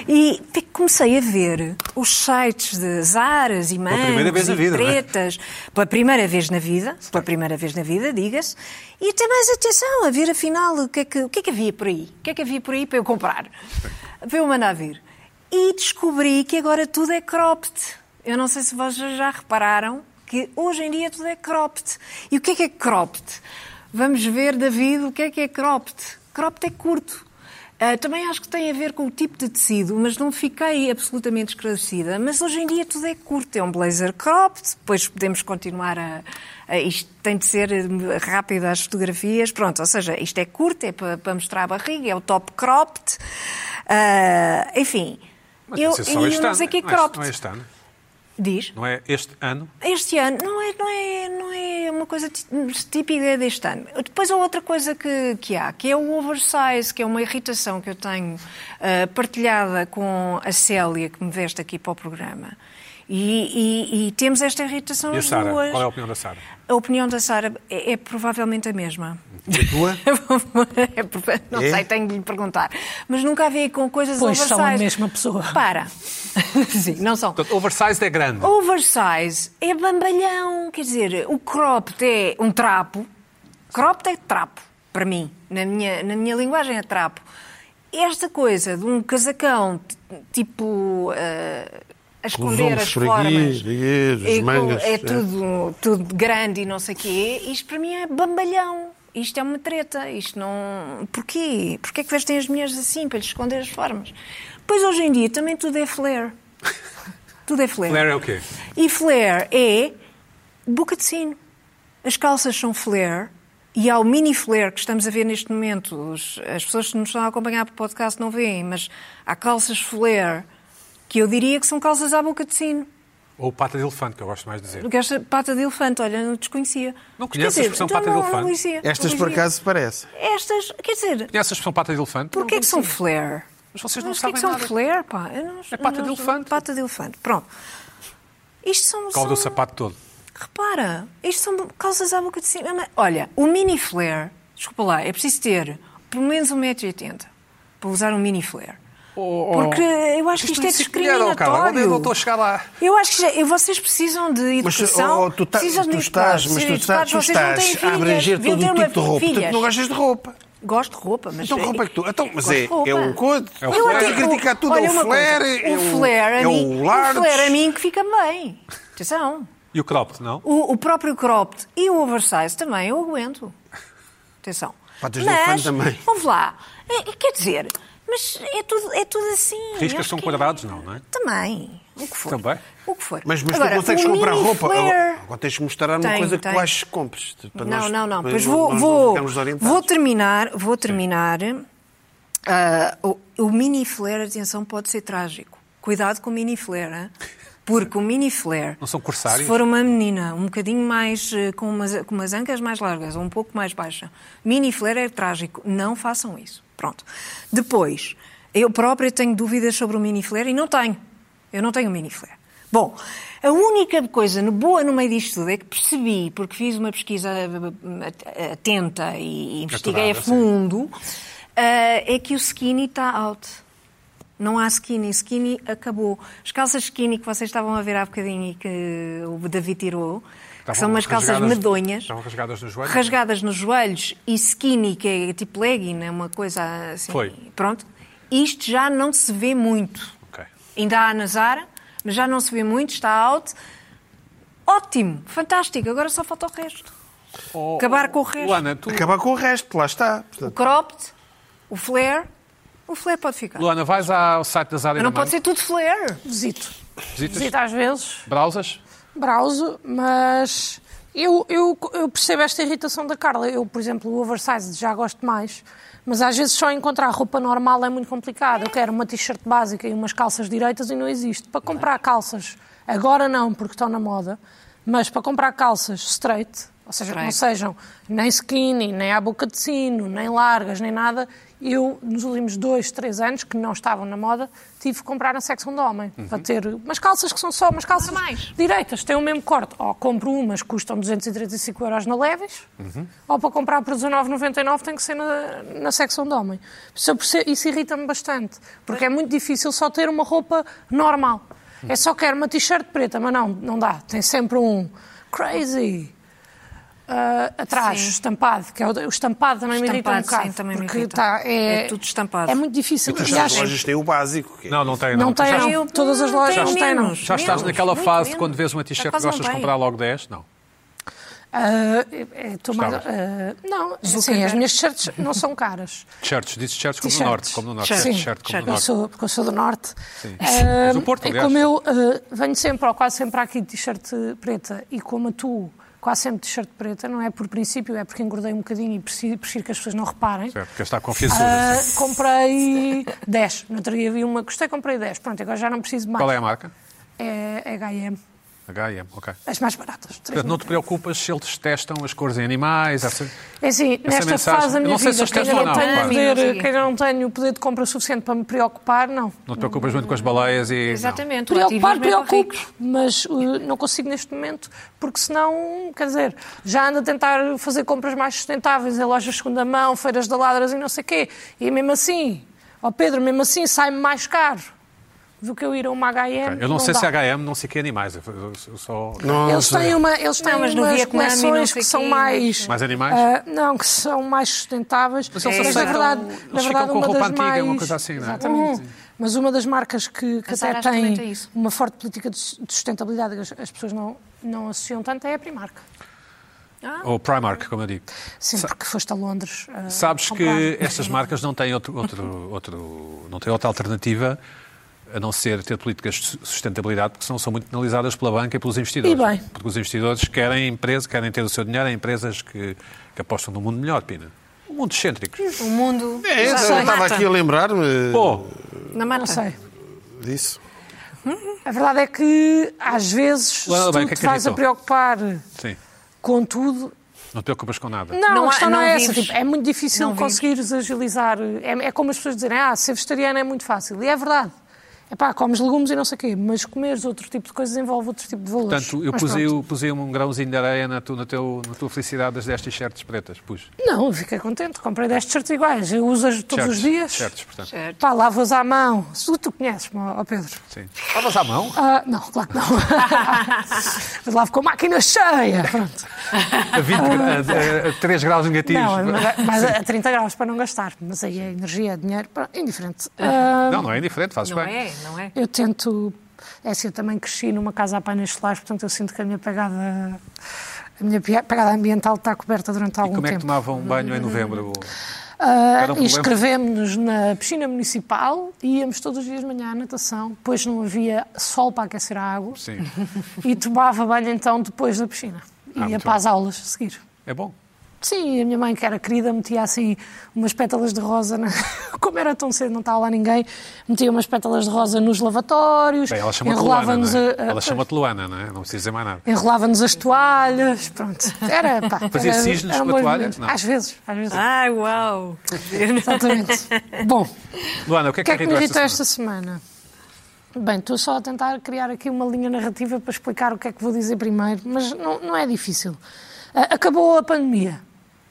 Speaker 3: e comecei a ver os sites de Zaras e Mangos
Speaker 1: primeira vez
Speaker 3: e
Speaker 1: na vida, não é?
Speaker 3: pretas, pela primeira vez na vida, pela primeira vez na vida, diga-se, e ter mais atenção a ver afinal o que, é que, o que é que havia por aí, o que é que havia por aí para eu comprar, para eu mandar vir. E descobri que agora tudo é cropped. Eu não sei se vocês já repararam que hoje em dia tudo é cropped. E o que é que é cropped? Vamos ver, David, o que é que é cropped? Cropped é curto. Ah, também acho que tem a ver com o tipo de tecido, mas não fiquei absolutamente esclarecida. Mas hoje em dia tudo é curto, é um blazer cropped, depois podemos continuar a. a- isto tem de ser eh, rápido às fotografias, pronto, ou seja, isto é curto, é para, para mostrar a barriga, é o top cropped, Ah, enfim.
Speaker 1: Mas
Speaker 3: eu
Speaker 1: isso é só
Speaker 3: e eu
Speaker 1: este
Speaker 3: não
Speaker 1: ano,
Speaker 3: sei o que é
Speaker 1: não é-
Speaker 3: cropped.
Speaker 1: Não é este ano.
Speaker 3: Diz.
Speaker 1: Não é este ano?
Speaker 3: Este ano não é, não é, não é uma coisa ti- típica deste ano. Depois há outra coisa que, que há, que é o oversize, que é uma irritação que eu tenho ah, partilhada com a Célia, que me veste aqui para o programa. E, e- e temos esta irritação
Speaker 1: E a
Speaker 3: as
Speaker 1: Sara?
Speaker 3: duas.
Speaker 1: Qual é a opinião da Sara?
Speaker 3: A opinião da Sara é, é provavelmente a mesma.
Speaker 2: A tua?
Speaker 3: É prova- não
Speaker 2: É?
Speaker 3: sei, tenho de lhe perguntar. Mas nunca a vi com coisas
Speaker 4: Pois,
Speaker 3: oversize.
Speaker 4: são a mesma pessoa.
Speaker 3: Para. Sim, não são.
Speaker 1: Portanto, oversized é grande.
Speaker 3: Oh. Oversize é bambalhão, quer dizer, o cropped é um trapo. Cropped é trapo, para mim. Na minha, na minha linguagem é trapo. Esta coisa de um casacão, t- tipo, eh, a esconder
Speaker 2: ombros
Speaker 3: as
Speaker 2: por aqui,
Speaker 3: formas.
Speaker 2: aqui, as
Speaker 3: e com-
Speaker 2: mangas,
Speaker 3: é
Speaker 2: é.
Speaker 3: tudo, tudo grande e não sei o quê. Isto para mim é bambalhão. Isto é uma treta. Isto não. Porquê? Porquê é que vestem as mulheres assim, para lhes esconder as formas? Pois hoje em dia também tudo é flare. Tudo é flare.
Speaker 1: Flare é o quê?
Speaker 3: E flare é boca de sino. As calças são flare e há o mini flare que estamos a ver neste momento. Os- as pessoas que nos estão a acompanhar por podcast não veem, mas há calças flare que eu diria que são calças à boca de sino.
Speaker 1: Ou pata de elefante, que eu gosto mais de dizer.
Speaker 3: Porque esta pata de elefante, olha, não desconhecia.
Speaker 1: Não conheces a
Speaker 3: Quer dizer,
Speaker 1: expressão
Speaker 3: então
Speaker 1: pata de
Speaker 3: não-
Speaker 1: elefante?
Speaker 3: não conhecia, não
Speaker 2: Estas, por
Speaker 3: conhecia.
Speaker 2: acaso, parece.
Speaker 3: É Estas, quer dizer,
Speaker 1: Conhece a expressão pata de elefante?
Speaker 3: porquê é que são flare?
Speaker 1: Mas vocês não
Speaker 3: Mas o que é que
Speaker 1: sabem
Speaker 3: são
Speaker 1: nada.
Speaker 3: flare, pá? Eu não-
Speaker 1: É pata de
Speaker 3: não-
Speaker 1: elefante.
Speaker 3: Pata de elefante, pronto. Isto são...
Speaker 1: Calda o
Speaker 3: são-
Speaker 1: sapato todo.
Speaker 3: Repara, isto são calças à boca de cima. Mas, Olha, o mini flare, desculpa lá, é preciso ter pelo menos 1,80m para usar um mini flare.
Speaker 1: Oh, oh.
Speaker 3: Porque eu acho
Speaker 1: Isto
Speaker 3: que isto
Speaker 1: não
Speaker 3: é
Speaker 1: existe mulher, oh, Carla,
Speaker 3: discriminatório.
Speaker 1: eu não estou a chegar lá.
Speaker 3: Eu acho que já- eu- vocês precisam de
Speaker 2: Mas,
Speaker 3: educação,
Speaker 2: oh, oh, tu, tá-
Speaker 3: precisam de
Speaker 2: tu estás,
Speaker 3: educados,
Speaker 2: mas tu
Speaker 3: serem
Speaker 2: estás, tu
Speaker 3: educados. Vocês não têm
Speaker 2: estás a
Speaker 3: filhas,
Speaker 2: abranger
Speaker 3: deviam
Speaker 2: todo o tipo
Speaker 3: ter
Speaker 2: de
Speaker 3: uma-
Speaker 2: roupa. Tu
Speaker 3: filhas.
Speaker 2: não gostas de roupa.
Speaker 3: Gosto de roupa, mas...
Speaker 2: Então, roupa que tu. Então, mas
Speaker 3: Gosto
Speaker 2: é,
Speaker 3: de roupa.
Speaker 2: é um coisa.
Speaker 1: É o
Speaker 3: Eu
Speaker 1: flare.
Speaker 3: até-
Speaker 1: Estás a
Speaker 2: criticar tudo,
Speaker 3: olha
Speaker 2: é o
Speaker 3: uma coisa,
Speaker 2: flare, é o-
Speaker 3: o flare, a
Speaker 2: é o
Speaker 3: mim,
Speaker 2: large.
Speaker 3: o flare a mim que fica bem. Atenção.
Speaker 1: E o cropped, não?
Speaker 3: O, o próprio cropped e o oversize também eu aguento. Atenção.
Speaker 2: Patas de elefante
Speaker 3: mas,
Speaker 2: um também.
Speaker 3: Vamos lá. É- é- quer dizer, mas é tudo, é tudo assim.
Speaker 1: Riscas
Speaker 3: Acho
Speaker 1: são
Speaker 3: que-
Speaker 1: quadrados, não, não é?
Speaker 3: Também. O que for.
Speaker 1: Também.
Speaker 3: O que for.
Speaker 2: Mas, mas
Speaker 3: Agora,
Speaker 2: tu consegues
Speaker 3: o
Speaker 2: comprar
Speaker 3: mini
Speaker 2: roupa.
Speaker 3: flare-
Speaker 2: Agora, agora tens de mostrar uma
Speaker 3: Tenho,
Speaker 2: coisa que tu
Speaker 3: tenho.
Speaker 2: achas que compres. para
Speaker 3: não,
Speaker 2: nós-
Speaker 3: não, não.
Speaker 2: para
Speaker 3: Pois
Speaker 2: nós
Speaker 3: vou,
Speaker 2: não
Speaker 3: vou,
Speaker 2: ficarmos desorientados.
Speaker 3: vou terminar, vou terminar. Ah, o, o mini flare, atenção, pode ser trágico. Cuidado com o mini flare, hein? porque o mini flare.
Speaker 1: Não são corsários?
Speaker 3: Se for uma menina um bocadinho mais. eh, com umas, com umas ancas mais largas ou um pouco mais baixa, mini flare é trágico. Não façam isso. Pronto. Depois, eu própria tenho dúvidas sobre o mini flare e não tenho. Eu não tenho mini flare. Bom, a única coisa no- boa no meio disto tudo é que percebi, porque fiz uma pesquisa eh, atenta e investiguei a
Speaker 1: Acurada, É sim.
Speaker 3: fundo, eh, é que o skinny está out. Não há skinny. Skinny acabou. As calças skinny que vocês estavam a ver há bocadinho e que o David tirou, que
Speaker 1: Estavam
Speaker 3: são umas calças
Speaker 1: rasgadas-
Speaker 3: medonhas,
Speaker 1: Estavam rasgadas nos joelhos.
Speaker 3: rasgadas nos joelhos e skinny, que é tipo legging, é uma coisa assim.
Speaker 1: Foi.
Speaker 3: Pronto. Isto já não se vê muito.
Speaker 1: Ok.
Speaker 3: Ainda há na Zara, mas já não se vê muito, está out. Ótimo, fantástico, agora só falta o resto.
Speaker 1: Oh,
Speaker 3: Acabar
Speaker 1: oh,
Speaker 3: com o resto.
Speaker 1: Luana, tu,
Speaker 2: Acabar com o resto, lá está.
Speaker 3: O
Speaker 2: Portanto,
Speaker 3: cropped, o flare, o flare pode ficar.
Speaker 1: Luana, vais ao site da Zara
Speaker 3: Mas
Speaker 1: e
Speaker 3: não
Speaker 1: da
Speaker 3: pode ser tudo flare.
Speaker 4: Visito.
Speaker 1: Visitas?
Speaker 4: Visito às vezes.
Speaker 1: Brausas?
Speaker 4: browso, mas eu, eu, eu percebo esta irritação da Carla. Eu, por exemplo, o oversize já gosto mais, mas às vezes só encontrar roupa normal é muito complicado. Eu quero uma t-shirt básica e umas calças direitas e não existe. Para comprar calças, agora não, porque estão na moda, mas para comprar calças straight, ou seja, que não
Speaker 3: Straight.
Speaker 4: sejam nem skinny, nem à boca de sino, nem largas, nem nada, eu, nos últimos dois, três anos, que não estavam na moda, tive que comprar na secção do homem, para ter umas calças que são só umas calças
Speaker 3: Normais.
Speaker 4: direitas, têm o mesmo corte. Ou compro umas que custam 235 euros na Levis, ou para comprar por 19,99 tem que ser na, na secção de homem. Isso, eu perce- isso irrita-me bastante, porque é muito difícil só ter uma roupa normal. É só quero uma t-shirt preta, mas não, não dá. Tem sempre um crazy ah, atrás,
Speaker 3: Sim.
Speaker 4: estampado, que é o, o estampado também me irrita um
Speaker 3: Estampado,
Speaker 4: bocado.
Speaker 3: sim, também me
Speaker 4: porque
Speaker 3: irrita.
Speaker 4: tá- é,
Speaker 3: É tudo estampado.
Speaker 4: É muito difícil.
Speaker 2: Mas
Speaker 4: E
Speaker 2: as
Speaker 4: acho-
Speaker 2: lojas têm o básico. que é-
Speaker 1: Não, não tem.
Speaker 4: Não
Speaker 1: Tu
Speaker 4: tem,
Speaker 1: já-
Speaker 4: não. todas as lojas
Speaker 3: tenho
Speaker 4: não têm, não.
Speaker 3: menos,
Speaker 1: Já estás
Speaker 3: menos,
Speaker 1: naquela
Speaker 3: muito
Speaker 1: fase de
Speaker 3: menos.
Speaker 1: quando vês uma t-shirt
Speaker 3: Está
Speaker 1: que
Speaker 3: quase um
Speaker 1: gostas de
Speaker 3: bem.
Speaker 1: comprar logo 10? Não.
Speaker 4: Ah, eh, eh, tô mais-
Speaker 1: Gostavas?
Speaker 4: ah, não, sim,
Speaker 3: Zuckerberg.
Speaker 4: as minhas shirts não são caras.
Speaker 1: T-shirts, dizes t-shirts como no
Speaker 4: T-shirts.
Speaker 1: norte. Como no norte.
Speaker 4: Sim,
Speaker 1: T-shirt como no
Speaker 4: eu
Speaker 1: norte.
Speaker 4: sou, porque eu sou do norte. Ah,
Speaker 1: És do Porto,
Speaker 4: é
Speaker 1: aliás.
Speaker 4: como eu ah, venho sempre, ou quase sempre aqui de t-shirt preta, e como atuo quase sempre de t-shirt preta, não é por princípio, é porque engordei um bocadinho e preciso, prefiro que as pessoas não reparem.
Speaker 1: Certo, porque está com fiassuras.
Speaker 4: Ah, comprei
Speaker 1: é
Speaker 4: 10. No outro dia vi uma, gostei, comprei 10. Pronto, agora já não preciso mais.
Speaker 1: Qual é a marca?
Speaker 4: É HM.
Speaker 1: H&M, ok.
Speaker 4: As mais baratas. três
Speaker 1: Portanto, não te preocupas se eles testam as cores em animais, essa...
Speaker 4: É assim,
Speaker 1: Essa
Speaker 4: nesta
Speaker 1: mensagem-
Speaker 4: fase da
Speaker 1: eu
Speaker 4: minha
Speaker 1: não sei se
Speaker 4: vida,
Speaker 1: eles
Speaker 4: que ainda
Speaker 1: testam
Speaker 4: não,
Speaker 1: ou não,
Speaker 4: tenho
Speaker 1: claro.
Speaker 4: poder, que ainda não tenho o poder de compra suficiente para me preocupar, não.
Speaker 1: não te preocupas muito com as baleias e... não.
Speaker 3: Exatamente. o
Speaker 4: Preocupar,
Speaker 3: ativismo é para
Speaker 4: preocupo,
Speaker 3: ricos.
Speaker 4: mas uh, não consigo neste momento, porque senão, quer dizer, já ando a tentar fazer compras mais sustentáveis em lojas de segunda mão, feiras de ladras e não sei o quê. E mesmo assim, ó Pedro, mesmo assim sai-me mais caro do que eu ir a uma H&M.
Speaker 1: Ok, Eu não, sei
Speaker 4: dá.
Speaker 1: se H&M não sei que animais, eu- eu- eu só...
Speaker 2: Não
Speaker 4: Eles
Speaker 2: sei.
Speaker 4: têm, uma, eles têm
Speaker 3: Não, mas no
Speaker 4: umas
Speaker 3: Vietnã e não
Speaker 4: coleções
Speaker 3: sei
Speaker 4: que são
Speaker 3: quê,
Speaker 4: mais...
Speaker 1: Mais animais?
Speaker 4: ah, não, que são mais sustentáveis. Mas,
Speaker 1: eles
Speaker 4: na
Speaker 1: aceitam-
Speaker 4: verdade,
Speaker 1: eles
Speaker 4: na
Speaker 1: ficam
Speaker 4: verdade
Speaker 1: com
Speaker 4: uma
Speaker 1: roupa
Speaker 4: das
Speaker 1: antiga,
Speaker 4: mais...
Speaker 1: uma coisa assim, não é?
Speaker 4: Exatamente.
Speaker 3: Uhum.
Speaker 4: Mas uma das marcas que, que
Speaker 3: A Zara
Speaker 4: até
Speaker 3: acho que
Speaker 4: tem
Speaker 3: também tem isso.
Speaker 4: uma forte política de sus- de sustentabilidade que as, as pessoas não, não associam tanto é a Primark.
Speaker 1: Ou Primark, como eu digo.
Speaker 4: Sempre que foste a Londres... ah,
Speaker 1: Sabes
Speaker 4: comprar.
Speaker 1: que estas marcas não têm, outro, outro, outro, não têm outra alternativa a não ser ter políticas de su- sustentabilidade, porque senão são muito penalizadas pela banca e pelos investidores.
Speaker 4: E bem.
Speaker 1: Porque os investidores querem empresas, querem ter o seu dinheiro em empresas que, que apostam num mundo melhor, Pina. Um mundo excêntrico.
Speaker 3: O mundo.
Speaker 2: É, eu
Speaker 3: Exato,
Speaker 2: só
Speaker 3: na
Speaker 2: estava
Speaker 3: mata.
Speaker 2: aqui a lembrar-me
Speaker 1: Pô,
Speaker 3: Na mata.
Speaker 4: Não sei.
Speaker 2: disso.
Speaker 4: A verdade é que, às vezes,
Speaker 1: Lá,
Speaker 4: se
Speaker 1: bem,
Speaker 4: tu
Speaker 1: o que é
Speaker 4: te
Speaker 1: que
Speaker 4: vais a
Speaker 1: irritou?
Speaker 4: preocupar
Speaker 1: sim,
Speaker 4: com tudo,
Speaker 1: não te preocupas com nada.
Speaker 4: Não,
Speaker 3: Não
Speaker 4: a
Speaker 3: há-
Speaker 4: questão não,
Speaker 3: não
Speaker 4: é essa.
Speaker 3: vives.
Speaker 4: Tipo, é muito difícil
Speaker 3: Não vives.
Speaker 4: conseguires agilizar. É, é como as pessoas dizerem, ah, ser vegetariano é muito fácil. E é verdade. É pá, comes legumes e não sei o quê, mas comeres outro tipo de coisas envolve outro tipo de valores.
Speaker 1: Portanto, eu
Speaker 4: Mas
Speaker 1: pus aí,
Speaker 4: pronto.
Speaker 1: o- pus aí um grãozinho de areia na, tu, na, teu, na tua felicidade das 10 t-shirts pretas. Pus.
Speaker 4: Não, fiquei contente. Comprei 10 shirts iguais. Eu uso-as todos os
Speaker 1: Shirts,
Speaker 4: dias.
Speaker 1: Shirts, portanto.
Speaker 3: Certo.
Speaker 4: Pá, lavas à mão. Tu, tu conheces-me, ó ó Pedro.
Speaker 1: Sim. Estavas à mão?
Speaker 4: Ah, não, claro que não. Mas lavo com a máquina cheia. Pronto.
Speaker 1: A, 20, gra- a, a, a 3 graus negativos.
Speaker 4: Não, é mas, mas a 30 graus para não gastar. Mas aí é energia, é dinheiro, pá, indiferente. Ah,
Speaker 1: Não, não é indiferente, fazes
Speaker 3: Não
Speaker 1: bem.
Speaker 3: é, não é?
Speaker 4: Eu tento. É assim, eu também cresci numa casa a painéis solares, portanto eu sinto que a minha pegada. A minha pia- pegada ambiental está coberta durante algum
Speaker 1: Como é que
Speaker 4: tempo. Uhum.
Speaker 1: tomavam um banho em novembro?
Speaker 4: Ah,
Speaker 1: era um
Speaker 4: e
Speaker 1: problema?
Speaker 4: Inscrevemos-nos na piscina municipal e íamos todos os dias de manhã à natação, pois não havia sol para aquecer a água
Speaker 1: Sim.
Speaker 4: e tomava banho então depois da piscina.
Speaker 1: Ah,
Speaker 4: ia
Speaker 1: muito
Speaker 4: para as aulas a seguir.
Speaker 1: É bom.
Speaker 4: Sim, a minha mãe, que era querida, metia assim umas pétalas de rosa. Na... Como era tão cedo, não estava lá ninguém, metia umas pétalas de rosa nos lavatórios,
Speaker 1: Bem, ela chama-te Luana,
Speaker 4: enrolava-nos
Speaker 1: não é?
Speaker 4: a- a-
Speaker 1: Ela chama-te Luana, não é? Não precisa dizer mais nada.
Speaker 4: enrolava-nos as toalhas, pronto. Era, pá.
Speaker 1: Fazia
Speaker 4: era-
Speaker 1: cisnes
Speaker 4: eram
Speaker 1: com a
Speaker 4: bons
Speaker 1: toalha?
Speaker 4: momentos.
Speaker 1: Não.
Speaker 4: Às vezes, às vezes.
Speaker 3: Ai, uau! Que giro.
Speaker 4: Exatamente. Bom,
Speaker 1: Luana, o É que
Speaker 4: o
Speaker 1: é que,
Speaker 4: me
Speaker 1: irritou
Speaker 4: irritou
Speaker 1: semana?
Speaker 4: esta semana? Bem, estou só a tentar criar aqui uma linha narrativa para explicar o que é que vou dizer primeiro, mas não, não é difícil. Ah, Acabou a pandemia,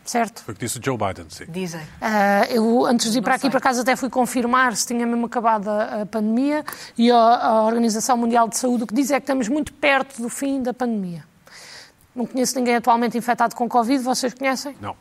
Speaker 4: certo?
Speaker 1: Foi o que disse o Joe Biden, sim.
Speaker 3: Dizem.
Speaker 4: Ah, eu, antes de ir para aqui, para casa, até fui confirmar se tinha mesmo acabado a, a pandemia e a, a Organização Mundial de Saúde o que diz é que estamos muito perto do fim da pandemia. Não conheço ninguém atualmente infectado com Covid, vocês conhecem?
Speaker 1: Não.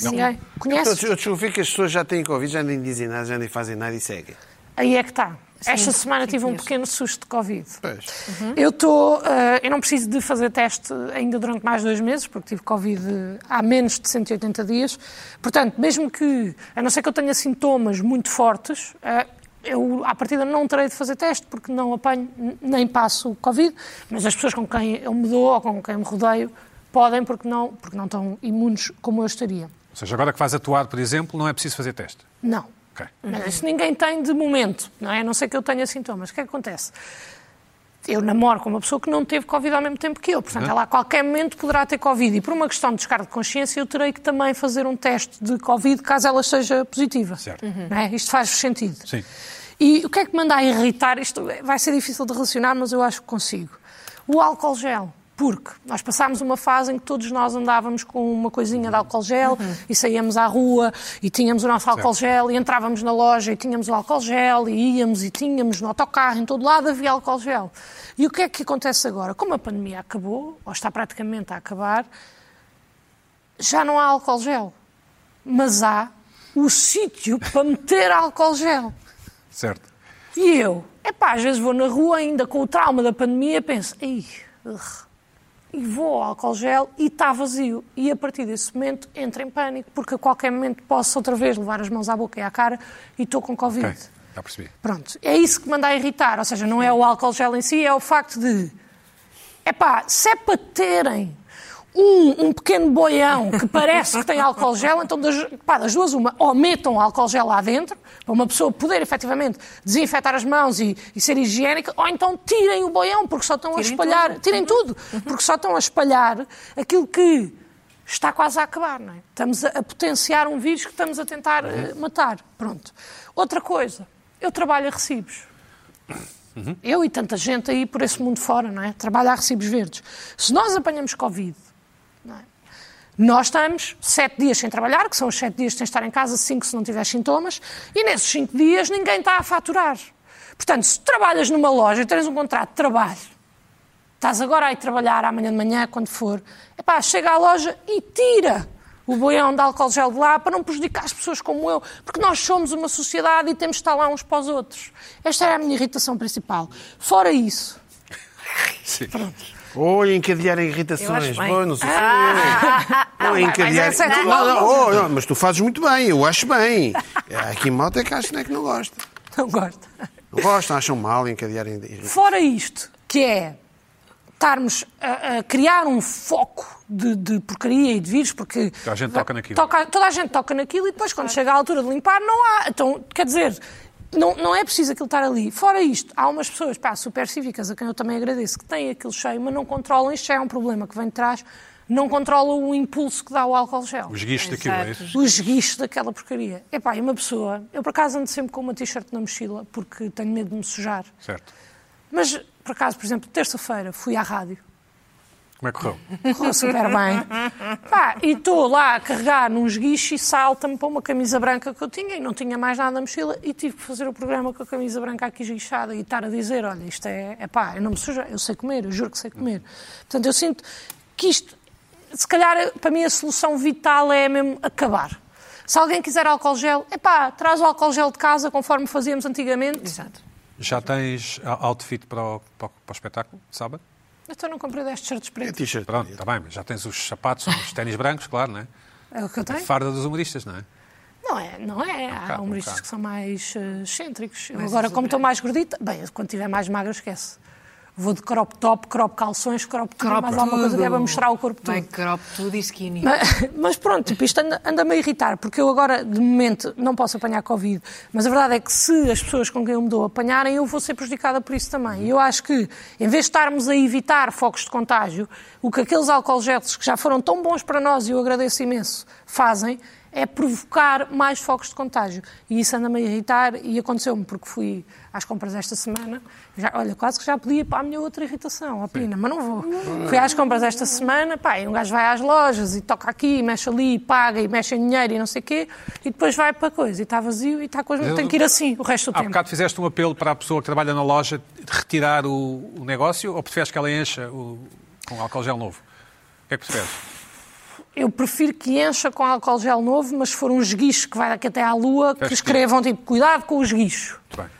Speaker 4: Ninguém? Conheces?
Speaker 2: Eu descobri que as pessoas já têm Covid, já nem dizem nada, já nem fazem nada e seguem.
Speaker 4: Aí é que está. Esta
Speaker 3: sim,
Speaker 4: semana tive um
Speaker 3: conheço.
Speaker 4: pequeno susto de Covid.
Speaker 2: Pois.
Speaker 4: Uhum. Eu estou, eu não preciso de fazer teste ainda durante mais dois meses, porque tive Covid eh, há menos de 180 dias. Portanto, mesmo que, a não ser que eu tenha sintomas muito fortes, eh, eu à partida não terei de fazer teste, porque não apanho n- nem passo o Covid, mas as pessoas com quem eu me dou ou com quem me rodeio podem, porque não, porque não estão imunes como eu estaria.
Speaker 1: Ou seja, agora que vais atuar, por exemplo, não é preciso fazer teste.
Speaker 4: Não.
Speaker 1: Ok.
Speaker 4: Mas isso ninguém tem de momento, não é? A não ser que eu tenha sintomas. O que é que acontece? Eu namoro com uma pessoa que não teve Covid ao mesmo tempo que eu, portanto, ela a qualquer momento poderá ter Covid. E por uma questão de descargo de consciência, eu terei que também fazer um teste de Covid caso ela seja positiva.
Speaker 1: Certo.
Speaker 4: Não é? Isto faz sentido.
Speaker 1: Sim.
Speaker 4: E o que é que me anda a irritar? Isto vai ser difícil de relacionar, mas eu acho que consigo. O álcool gel. Porque nós passámos uma fase em que todos nós andávamos com uma coisinha de álcool gel e saíamos à rua e tínhamos o nosso álcool gel e entrávamos na loja e tínhamos o álcool gel e íamos e tínhamos no autocarro, em todo lado havia álcool gel. E o que é que acontece agora? Como a pandemia acabou, ou está praticamente a acabar, já não há álcool gel. Mas há o sítio para meter álcool gel.
Speaker 1: Certo.
Speaker 4: E eu, epá, às vezes vou na rua ainda com o trauma da pandemia penso, "Ei, urgh", e vou ao álcool gel e está vazio. E a partir desse momento entro em pânico, porque a qualquer momento posso outra vez levar as mãos à boca e à cara e estou com Covid.
Speaker 1: Ok, já percebi.
Speaker 4: Pronto, é isso que me anda a irritar. Ou seja, não é o álcool gel em si, é o facto de. Epá, se é para terem um, um pequeno boião que parece que tem álcool gel, então das, pá, das duas, uma, ou metam álcool gel lá dentro, para uma pessoa poder efetivamente desinfetar as mãos e, e ser higiênica, ou então tirem o boião, porque só estão a
Speaker 3: Tirem
Speaker 4: espalhar,
Speaker 3: tudo. Uhum.
Speaker 4: tirem tudo, porque só estão a espalhar aquilo que está quase a acabar, não é? Estamos a, a potenciar um vírus que estamos a tentar
Speaker 3: Uhum.
Speaker 4: eh, matar. Pronto. Outra coisa, eu trabalho a recibos. Eu e tanta gente aí por esse mundo fora, não é? Trabalha a recibos verdes. Se nós apanhamos Covid, não é? nós estamos sete dias sem trabalhar, que são os sete dias que tens de estar em casa, cinco se não tiver sintomas, e nesses cinco dias ninguém está a faturar. Portanto, se trabalhas numa loja e tens um contrato de trabalho, estás agora a ir trabalhar amanhã de manhã, quando for, epá, chega à loja e tira o boião de álcool gel de lá para não prejudicar as pessoas como eu, porque nós somos uma sociedade e temos de estar lá uns para os outros. Esta era a minha irritação principal. Fora isso,
Speaker 2: Ou encadear
Speaker 3: Eu
Speaker 2: irritações.
Speaker 3: acho bem.
Speaker 2: Bom, não sei.
Speaker 3: Não,
Speaker 2: Ou
Speaker 3: vai,
Speaker 2: encadear.
Speaker 3: mas essa é
Speaker 2: Não,
Speaker 3: que
Speaker 2: não,
Speaker 3: não.
Speaker 2: oh, não, mas tu fazes muito bem, eu acho bem. Há Aqui em malta é que acho né, que não gosta.
Speaker 4: não gosto.
Speaker 2: Não gostam, acham mal encadear irritações.
Speaker 4: Fora isto, que é estarmos a, a criar um foco de, de porcaria e de vírus, porque
Speaker 1: Toda a gente toca naquilo.
Speaker 4: Toca- toda a gente toca naquilo e depois quando chega à altura de limpar não há. Então, quer dizer, não, não é preciso aquilo estar ali. Fora isto, há umas pessoas pá, super cívicas, a quem eu também agradeço, que têm aquilo cheio, mas não controlam, isto já é um problema que vem de trás, não controlam o impulso que dá o álcool gel
Speaker 1: Os guichos daquilo, é isso?
Speaker 4: os guichos daquela porcaria. Epá, e uma pessoa, eu por acaso ando sempre com uma t-shirt na mochila porque tenho medo de me sujar.
Speaker 1: Certo.
Speaker 4: Mas, por acaso, por exemplo, terça-feira fui à rádio,
Speaker 1: Como é que correu?
Speaker 4: correu super bem, Pá, e estou lá a carregar num esguicho e salta-me para uma camisa branca que eu tinha e não tinha mais nada na mochila e tive que fazer o programa com a camisa branca aqui esguichada e estar a dizer, olha, isto é, é pá, eu não me sujo, eu sei comer, eu juro que sei comer. Portanto, eu sinto que isto, se calhar, para mim a solução vital é mesmo acabar. Se alguém quiser álcool gel, é pá, traz o álcool gel de casa, conforme fazíamos antigamente.
Speaker 3: Exato.
Speaker 1: Já tens a- outfit para o, para o- para o espetáculo, sábado?
Speaker 4: Então não comprei 10 t-shirts
Speaker 2: É
Speaker 4: pretos.
Speaker 2: t-shirt.
Speaker 1: Pronto, está bem, mas já tens os sapatos, os ténis brancos, claro, não é?
Speaker 4: É o que eu
Speaker 1: A
Speaker 4: tenho.
Speaker 1: farda dos humoristas, não é?
Speaker 4: Não é, não é. Há
Speaker 1: bocado, um
Speaker 4: humoristas
Speaker 1: bocado.
Speaker 4: que são mais eh, excêntricos. Eu agora,
Speaker 3: é
Speaker 4: como estou mais gordita, bem, eu quando estiver mais magra, esquece. Vou de crop top, crop calções, crop tudo,
Speaker 3: Crop
Speaker 4: mais alguma coisa que é para
Speaker 3: tudo.
Speaker 4: mostrar o corpo todo.
Speaker 3: Vai crop tudo e skinny.
Speaker 4: Mas, mas pronto, tipo, isto anda- anda-me a irritar, porque eu agora, de momento, não posso apanhar Covid. Mas a verdade é que se as pessoas com quem eu me dou apanharem, eu vou ser prejudicada por isso também. E eu acho que, em vez de estarmos a evitar focos de contágio, o que aqueles álcool gels que já foram tão bons para nós, e eu agradeço imenso, fazem é provocar mais focos de contágio. E isso anda-me a irritar e aconteceu-me, porque fui às compras esta semana. Já, olha, quase que já podia ir para a minha outra irritação, a pina, mas não vou. Fui às compras esta semana, pá, e um gajo vai às lojas e toca aqui, e mexe ali, e paga, e mexe em dinheiro e não sei o quê, e depois vai para coisa, e está vazio, e está coisa,
Speaker 1: Mas eu-
Speaker 4: tem que ir assim o resto do
Speaker 1: Há
Speaker 4: tempo.
Speaker 1: bocado fizeste um apelo para a pessoa que trabalha na loja de retirar o, o negócio ou preferes que ela encha o, com álcool gel novo? O que é que preferes?
Speaker 4: Eu prefiro que encha com álcool gel novo, mas se for um esguicho que vai daqui até à lua, que
Speaker 1: Faz
Speaker 4: escrevam tipo, cuidado com o esguicho.
Speaker 1: Muito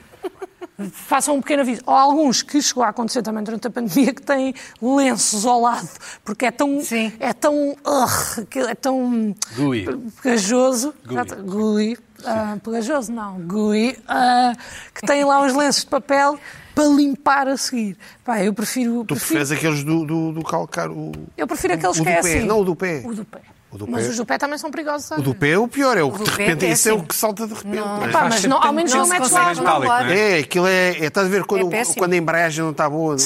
Speaker 1: bem.
Speaker 4: façam um pequeno aviso. Ou alguns que chegou a acontecer também durante a pandemia que têm lenços ao lado, porque é tão.
Speaker 3: Sim.
Speaker 4: É tão. ugh, que é tão.
Speaker 1: Gui.
Speaker 4: Pegajoso.
Speaker 1: Gui.
Speaker 4: Gui. ah, pegajoso, não. Gui. ah, que têm lá uns lenços de papel para limpar a seguir. Pá, eu prefiro.
Speaker 2: Tu
Speaker 4: prefiro-
Speaker 2: preferes aqueles do, do, do calcar. O,
Speaker 4: eu prefiro aqueles
Speaker 2: o
Speaker 4: que
Speaker 2: do
Speaker 4: é
Speaker 2: pé.
Speaker 4: assim.
Speaker 2: Não, o do pé.
Speaker 4: O do pé.
Speaker 2: O do
Speaker 4: Mas
Speaker 2: pé.
Speaker 4: os do pé também são perigosos.
Speaker 2: O do pé é o pior, é o
Speaker 3: O
Speaker 2: que
Speaker 3: do
Speaker 2: de
Speaker 3: pé
Speaker 2: repente.
Speaker 3: é
Speaker 2: Esse é o
Speaker 3: assim.
Speaker 2: que salta de repente.
Speaker 4: Pá, Ah, mas não- ao menos
Speaker 3: Não
Speaker 4: não
Speaker 3: se
Speaker 4: metes
Speaker 3: consegue
Speaker 4: lá.
Speaker 3: instalar.
Speaker 1: não é?
Speaker 2: É, aquilo é. é estás a ver quando,
Speaker 3: É péssimo.
Speaker 2: quando a embreagem não está boa?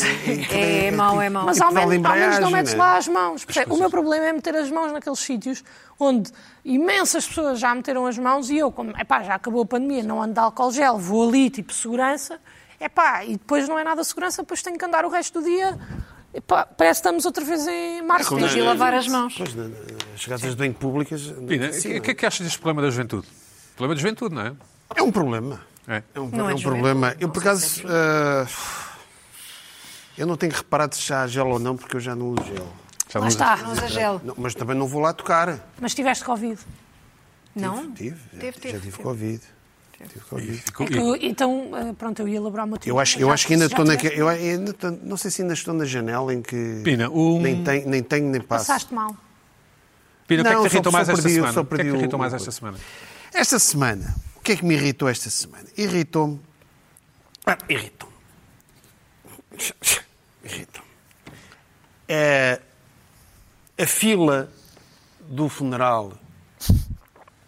Speaker 3: É, é mau, é mau.
Speaker 4: Mas
Speaker 2: tipo
Speaker 4: ao
Speaker 2: de
Speaker 4: menos, ao menos não
Speaker 2: embreagem,
Speaker 4: metes
Speaker 2: né?
Speaker 4: lá as mãos. percebe? o meu problema é meter as mãos naqueles sítios onde imensas pessoas já meteram as mãos e eu, como epá, já acabou a pandemia, não ando de álcool gel, vou ali, tipo segurança, epá, e depois não é nada segurança, depois tenho que andar o resto do dia. Epá, parece que estamos outra vez em
Speaker 2: É
Speaker 4: março.
Speaker 3: Tens de lavar as mãos.
Speaker 2: Pois, na- na- chegadas das doentes públicas. não
Speaker 1: Pina,
Speaker 2: é
Speaker 1: o
Speaker 2: assim,
Speaker 1: que- o
Speaker 2: não
Speaker 1: que é que achas deste problema da juventude? Problema da juventude, não é?
Speaker 2: é? É um problema.
Speaker 1: É.
Speaker 2: É um,
Speaker 3: Não
Speaker 2: é
Speaker 3: é
Speaker 2: um
Speaker 3: juventude,
Speaker 2: problema. Eu,
Speaker 3: não
Speaker 2: por
Speaker 3: sei é
Speaker 2: acaso, ah, eu não tenho reparado se já há gel ou não, porque eu já não uso gel.
Speaker 1: Já
Speaker 4: Lá
Speaker 1: não-
Speaker 4: está.
Speaker 3: Não usa gel.
Speaker 2: Não, mas também não vou lá tocar.
Speaker 4: Mas tiveste Covid.
Speaker 3: Não?
Speaker 2: Tive, já,
Speaker 3: Teve, teve.
Speaker 2: já tive Covid. Tive Covid.
Speaker 1: Ficou-
Speaker 4: É que eu- então, eh, pronto, eu ia elaborar uma
Speaker 2: Eu acho, eu acho que ainda estou naquele. Eu ainda estou- não sei se ainda estou na janela em que.
Speaker 1: Pina, um-
Speaker 2: nem, tenho, nem tenho, nem passo.
Speaker 4: Passaste mal.
Speaker 1: Pina, o que é que
Speaker 2: Não,
Speaker 1: te
Speaker 2: só-
Speaker 1: irritou mais
Speaker 2: só
Speaker 1: esta
Speaker 2: perdi-
Speaker 1: semana?
Speaker 2: só
Speaker 1: O que é que te
Speaker 2: perdi o-
Speaker 1: irritou mais esta semana?
Speaker 2: Esta semana, o que é que me irritou esta semana? Irritou-me. Ah, irritou-me. Irritou-me. É, Eh, a fila do funeral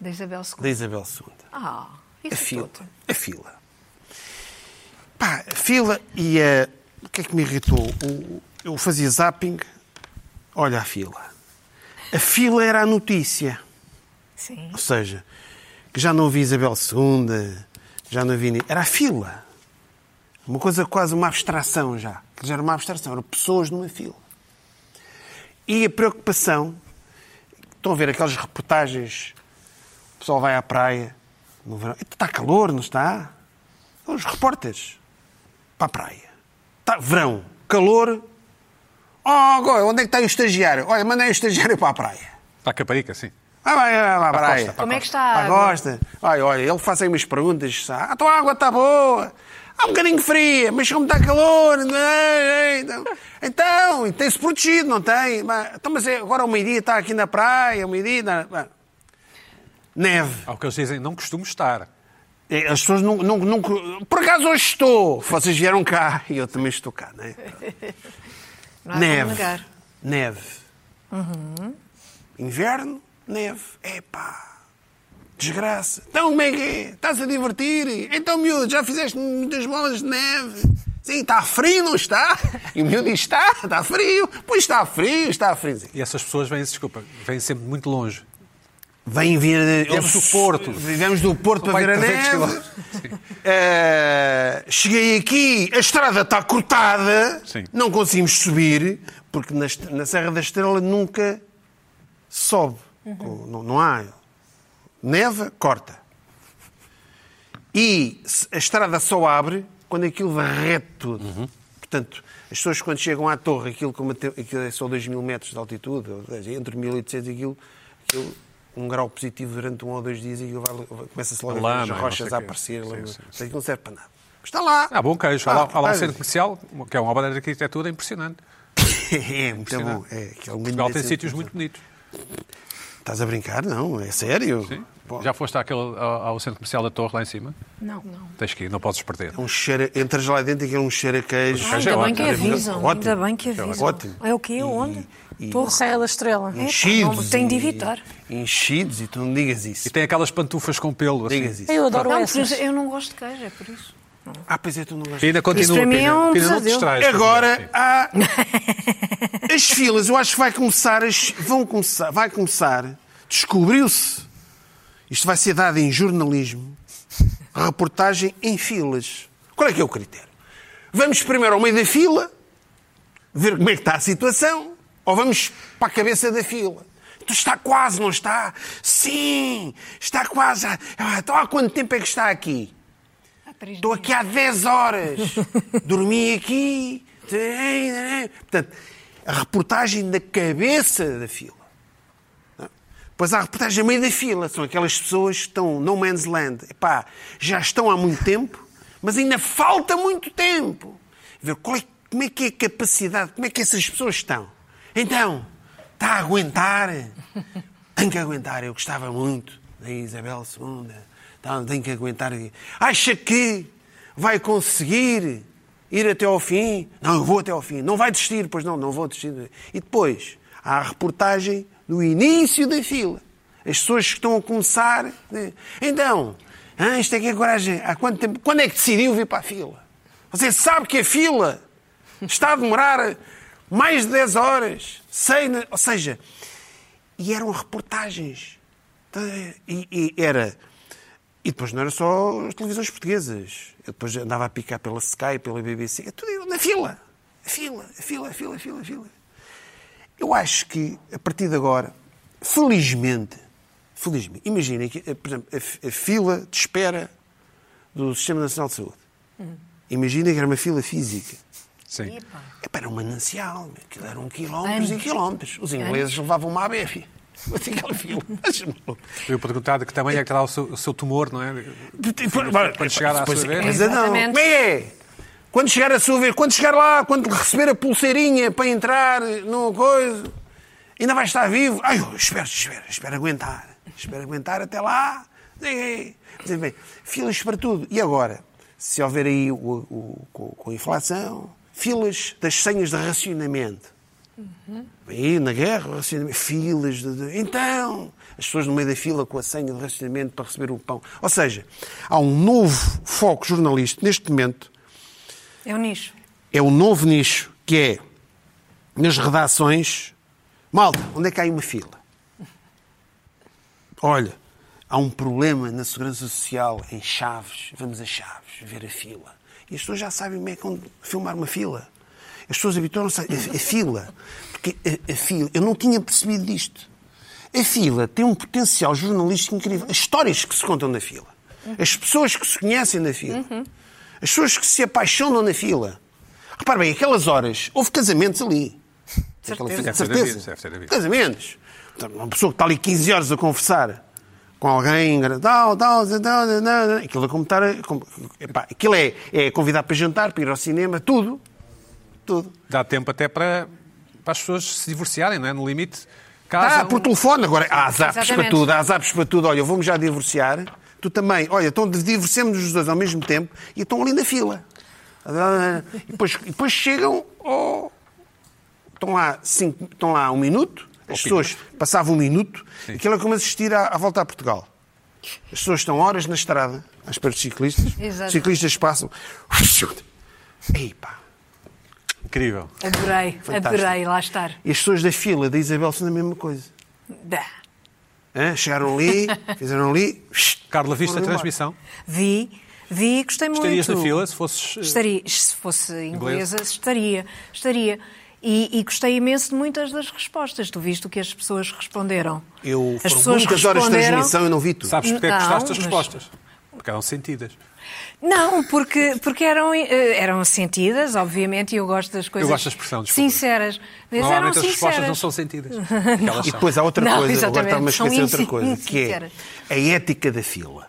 Speaker 3: Da Isabel II.
Speaker 2: da Isabel II.
Speaker 3: Ah, isso
Speaker 2: A
Speaker 3: é
Speaker 2: fila.
Speaker 3: tudo.
Speaker 2: A fila. Pá, a fila e a. O que é que me irritou? O- Eu fazia zapping, olha a fila. A fila era a notícia.
Speaker 3: Sim.
Speaker 2: Ou seja, que já não vi Isabel II, já não vi. ni- Era a fila. Uma coisa quase uma abstração já. Que já era uma abstração, eram pessoas numa fila. E a preocupação. Estão a ver aquelas reportagens. O pessoal vai à praia no verão. "Eita, Está calor, não está? Então, Os repórteres para a praia. Está verão, calor. Oh, agora, onde é que está o estagiário? Olha, mandei o estagiário para a praia.
Speaker 1: Para a Caparica, sim.
Speaker 2: Ah, vai, vai, vai,
Speaker 1: Para a
Speaker 2: praia.
Speaker 1: costa, para a
Speaker 3: Como é que está a
Speaker 2: Ah,
Speaker 3: água?
Speaker 2: gosta. Olha, olha, ele faz aí umas perguntas. Ah, a tua água está boa. Há um bocadinho fria, mas como está calor. não é? Então, então e tem-se protegido, não tem? Mas, então, mas é, agora ao meio-dia está aqui na praia, ao meio-dia. na- bom. Neve.
Speaker 1: Ao que eles dizem, não costumo estar.
Speaker 2: É, As pessoas nunca, nunca, nunca- Por acaso hoje estou. Vocês vieram cá e eu também estou cá, não é?
Speaker 3: Não há como
Speaker 2: Neve.
Speaker 3: negar. Uhum.
Speaker 2: Neve. Inverno, neve. Epá. Desgraça. Então como é que é? Estás a divertir? Então, miúdo, já fizeste muitas bolas de neve? Sim, está frio, não está? E o miúdo diz, está, está frio. Pois está frio, está frio. Sim.
Speaker 1: E essas pessoas vêm, desculpa, vêm sempre muito longe.
Speaker 2: Vem vir...
Speaker 1: Viemos do Porto.
Speaker 2: Vivemos do Porto para
Speaker 1: Vai
Speaker 2: ver a
Speaker 1: 300
Speaker 2: neve.
Speaker 1: quilómetros. Sim.
Speaker 2: Eh, cheguei aqui, a estrada está cortada,
Speaker 1: Sim.
Speaker 2: não conseguimos subir, porque na, est- na Serra da Estrela nunca sobe. Com- Não, não há. Neva, corta. E se- a estrada só abre quando aquilo varrete tudo.
Speaker 1: Uhum.
Speaker 2: Portanto, as pessoas quando chegam à torre, aquilo, como te- aquilo é só 2 mil metros de altitude, ou seja, entre 1800 e aquilo, aquilo, um grau positivo durante um ou dois dias e aquilo vai- vai- começa-se logo
Speaker 1: Lama,
Speaker 2: as
Speaker 1: não sei
Speaker 2: rochas
Speaker 1: quê.
Speaker 2: a aparecer.
Speaker 1: Sim,
Speaker 2: logo-
Speaker 1: sim,
Speaker 2: Portanto, aquilo não serve para nada. Mas está lá.
Speaker 1: Há bom queijo. Há lá, há lá um
Speaker 2: Ah,
Speaker 1: centro comercial, que é uma obra de arquitetura impressionante.
Speaker 2: É, muito bom. É, aquele
Speaker 1: Portugal tem
Speaker 2: lindo-
Speaker 1: sítios muito bonitos.
Speaker 2: Estás a brincar? Não, é sério.
Speaker 1: Sim.
Speaker 2: Pô,
Speaker 1: Já foste àquele, ao, ao centro comercial da Torre, lá em cima?
Speaker 4: Não, não.
Speaker 1: Tens que ir, não podes perder.
Speaker 2: é um cheiro, a- entras lá dentro e aquilo é um cheiro a queijo.
Speaker 1: Pois,
Speaker 3: Ah,
Speaker 1: Mas é
Speaker 3: ainda bem
Speaker 1: ótimo,
Speaker 3: que
Speaker 1: é
Speaker 3: avisam.
Speaker 2: ótimo.
Speaker 3: Ainda bem que
Speaker 2: É
Speaker 3: avisam.
Speaker 2: ótimo.
Speaker 3: É o quê? Onde?
Speaker 2: E-
Speaker 4: Na Serra um da Estrela.
Speaker 2: Um
Speaker 3: É.
Speaker 2: enchidos.
Speaker 3: não, tem de
Speaker 2: e-
Speaker 3: evitar.
Speaker 2: Enchidos, e tu não digas
Speaker 1: E
Speaker 2: isso.
Speaker 1: tem aquelas pantufas com pelo, assim.
Speaker 2: Digas isso.
Speaker 4: Eu adoro
Speaker 3: Não, por
Speaker 4: essas.
Speaker 3: isso, eu não gosto de queijo, é por isso.
Speaker 2: Ah, pois é, tu não
Speaker 1: E
Speaker 2: gostas.
Speaker 1: ainda continua,
Speaker 3: para mim é
Speaker 1: Pina.
Speaker 3: um
Speaker 1: Pina, não te
Speaker 3: pesadelo.
Speaker 1: distrais.
Speaker 2: Agora
Speaker 1: Sim.
Speaker 2: há as filas, eu acho que vai começar, as- vão começar, vai começar, descobriu-se. Isto vai ser dado em jornalismo, reportagem em filas. Qual é que é o critério? Vamos primeiro ao meio da fila, ver como é que está a situação, ou vamos para a cabeça da fila? Tu está quase, não está? Sim, está quase. Ah, Então há quanto tempo é que está aqui?
Speaker 3: Há três
Speaker 2: Estou
Speaker 3: dias.
Speaker 2: aqui há 10 horas. Dormi aqui. Portanto, a reportagem da cabeça da fila. Pois há a reportagem a meio da fila. São aquelas pessoas que estão no man's land. Epá, já estão há muito tempo, mas ainda falta muito tempo. Ver qual é- como é que é a capacidade, como é que essas pessoas estão. Então, está a aguentar? Tenho que aguentar, eu gostava muito da Isabel II. Então, tenho que aguentar. Acha que vai conseguir ir até ao fim? Não, eu vou até ao fim. Não vai desistir, pois não, não vou desistir. E depois, há a reportagem no início da fila. As pessoas que estão a começar. né? Então, ah, isto é que é coragem. Há quanto tempo? Quando é que decidiu vir para a fila? Você sabe que a fila está a demorar mais de 10 horas. Sei, na- ou seja, e eram reportagens. Tá, E, e era. E depois não era só as televisões portuguesas. Eu depois andava a picar pela Sky, pela BBC, é tudo era na fila. A fila, a fila, a fila, a fila, a fila. Eu acho que, a partir de agora, felizmente, felizmente, imaginem que, eh, por exemplo, a, fi- a fila de espera do Sistema Nacional de Saúde. Imaginem que era uma fila física.
Speaker 1: Sim.
Speaker 2: Epá, Era um manancial, meu. aquilo eram quilómetros e
Speaker 3: Anos.
Speaker 2: quilómetros. Os ingleses levavam-me à BF. Mas aquela fila. mas não.
Speaker 1: Eu perguntar de que tamanho é que está o seu, o seu tumor, não é? Quando chegar à
Speaker 2: Depois
Speaker 1: sua vez.
Speaker 2: é coisa não.
Speaker 3: Exatamente.
Speaker 2: Como é? Quando chegar a sua vez, quando chegar lá, quando receber a pulseirinha para entrar numa coisa, ainda vai estar vivo. Ai, eu espero, espero, espero aguentar. Espero aguentar até lá. Ei, ei. Bem, filas para tudo. E agora, se houver aí o, o- com, com a inflação, filas das senhas de racionamento. Aí, na guerra, o racionamento, filas. de- de- então, as pessoas no meio da fila com a senha de racionamento para receber o pão. Ou seja, há um novo foco jornalístico neste momento
Speaker 3: É um nicho.
Speaker 2: é o novo nicho que é nas redações. Malta, onde é que há aí uma fila? Olha, há um problema na segurança social em Chaves. Vamos a Chaves ver a fila. E as pessoas já sabem como é que onde filmar uma fila. As pessoas habituam-se a, a fila. Porque a, a fila. Eu não tinha percebido disto. A fila tem um potencial jornalístico incrível. As histórias que se contam na fila. As pessoas que se conhecem na fila. As pessoas que se apaixonam na fila. Repare bem, aquelas horas, houve casamentos ali. Aquela
Speaker 1: Deve
Speaker 2: fila, de
Speaker 1: ter
Speaker 2: certeza.
Speaker 1: havido, deve ter havido.
Speaker 2: Casamentos. Portanto, Uma pessoa que está ali 15 horas a conversar com alguém, tal, tal, tal, tal, tal, tal, aquilo é como estar. a- como- epá, aquilo é, é convidar para jantar, para ir ao cinema, tudo. Tudo.
Speaker 1: Dá tempo até para, para as pessoas se divorciarem, não é? No limite, um casam...
Speaker 2: Ah, por telefone, agora há zaps para
Speaker 3: Exatamente.
Speaker 2: tudo, há zaps para tudo. Olha, eu vou-me já divorciar, tu também. Olha, então divorciamos os dois ao mesmo tempo e estão ali na fila. E depois, e depois chegam ao. Estão lá, cinco, estão lá um minuto, as pessoas passavam um minuto, aquilo é como assistir à, à volta a Portugal. As pessoas estão horas na estrada, à espera dos ciclistas,
Speaker 3: Exato.
Speaker 2: os ciclistas passam. Ei, pá.
Speaker 1: Incrível.
Speaker 3: Adorei,
Speaker 2: Fantástico.
Speaker 3: adorei lá estar.
Speaker 2: E as pessoas da fila da Isabel são a mesma coisa.
Speaker 3: Bah.
Speaker 2: Hã? Chegaram ali, fizeram ali.
Speaker 1: Carla, viste a
Speaker 2: foram embora.
Speaker 1: transmissão?
Speaker 3: Vi, vi e gostei
Speaker 1: Estarias
Speaker 3: muito.
Speaker 1: na fila se fosses... eh,
Speaker 3: Estaria, se fosse
Speaker 1: Inglesa?
Speaker 3: inglesa, estaria, estaria. E, e gostei imenso de muitas das respostas. Tu viste o que as pessoas responderam.
Speaker 2: Eu
Speaker 3: as
Speaker 2: foram muitas horas de transmissão e não vi tudo.
Speaker 1: Sabes porque é que
Speaker 3: Não,
Speaker 1: gostaste das
Speaker 3: mas-
Speaker 1: respostas? Porque eram sentidas.
Speaker 3: Não, porque, porque eram, eh, eram sentidas, obviamente, e eu gosto das coisas
Speaker 1: gosto da expressão, desculpa.
Speaker 3: sinceras. Mas eram
Speaker 1: Normalmente as respostas
Speaker 3: sinceras.
Speaker 1: não são sentidas. Elas
Speaker 2: E
Speaker 1: são.
Speaker 2: depois há outra
Speaker 3: Não,
Speaker 2: coisa, agora
Speaker 3: exatamente,
Speaker 2: está-me a
Speaker 3: são
Speaker 2: esquecer outra
Speaker 3: insin-
Speaker 2: coisa, que é
Speaker 3: insinceras.
Speaker 2: a ética da fila.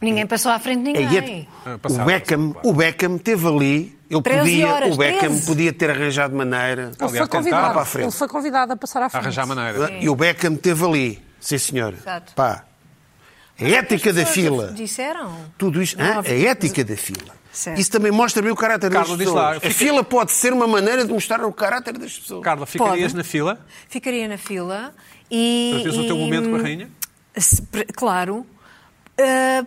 Speaker 3: Ninguém passou à frente de
Speaker 2: A
Speaker 3: ninguém.
Speaker 2: ética-
Speaker 1: Ah,
Speaker 2: O
Speaker 1: passava,
Speaker 2: Beckham,
Speaker 1: passava,
Speaker 2: o Beckham teve ali, ele
Speaker 3: 13
Speaker 2: podia,
Speaker 3: horas,
Speaker 2: o Beckham
Speaker 3: 13.
Speaker 2: podia ter arranjado maneira.
Speaker 1: Aliás,
Speaker 4: Ele
Speaker 1: tentaram
Speaker 2: lá
Speaker 4: foi,
Speaker 2: para a
Speaker 4: convidado,
Speaker 2: frente.
Speaker 4: ele foi convidado a passar à frente.
Speaker 1: Arranjar maneira.
Speaker 2: E o Beckham teve ali, sim senhora.
Speaker 3: Exato.
Speaker 2: Pá. A ética da
Speaker 3: As pessoas
Speaker 2: fila.
Speaker 3: Disseram.
Speaker 2: Tudo isto,
Speaker 3: Não,
Speaker 2: hã? a
Speaker 3: óbvio.
Speaker 2: ética da fila.
Speaker 3: Certo.
Speaker 2: Isso também mostra bem o caráter das
Speaker 1: Carla, diz lá,
Speaker 2: pessoas. A
Speaker 1: fica-
Speaker 2: fila pode ser uma maneira de mostrar o caráter das pessoas.
Speaker 1: Carla, ficarias
Speaker 3: Pode.
Speaker 1: na fila
Speaker 3: Ficaria na fila e.
Speaker 1: para teres o
Speaker 3: e-
Speaker 1: teu momento com a rainha?
Speaker 3: Se- pre- Claro. Ah,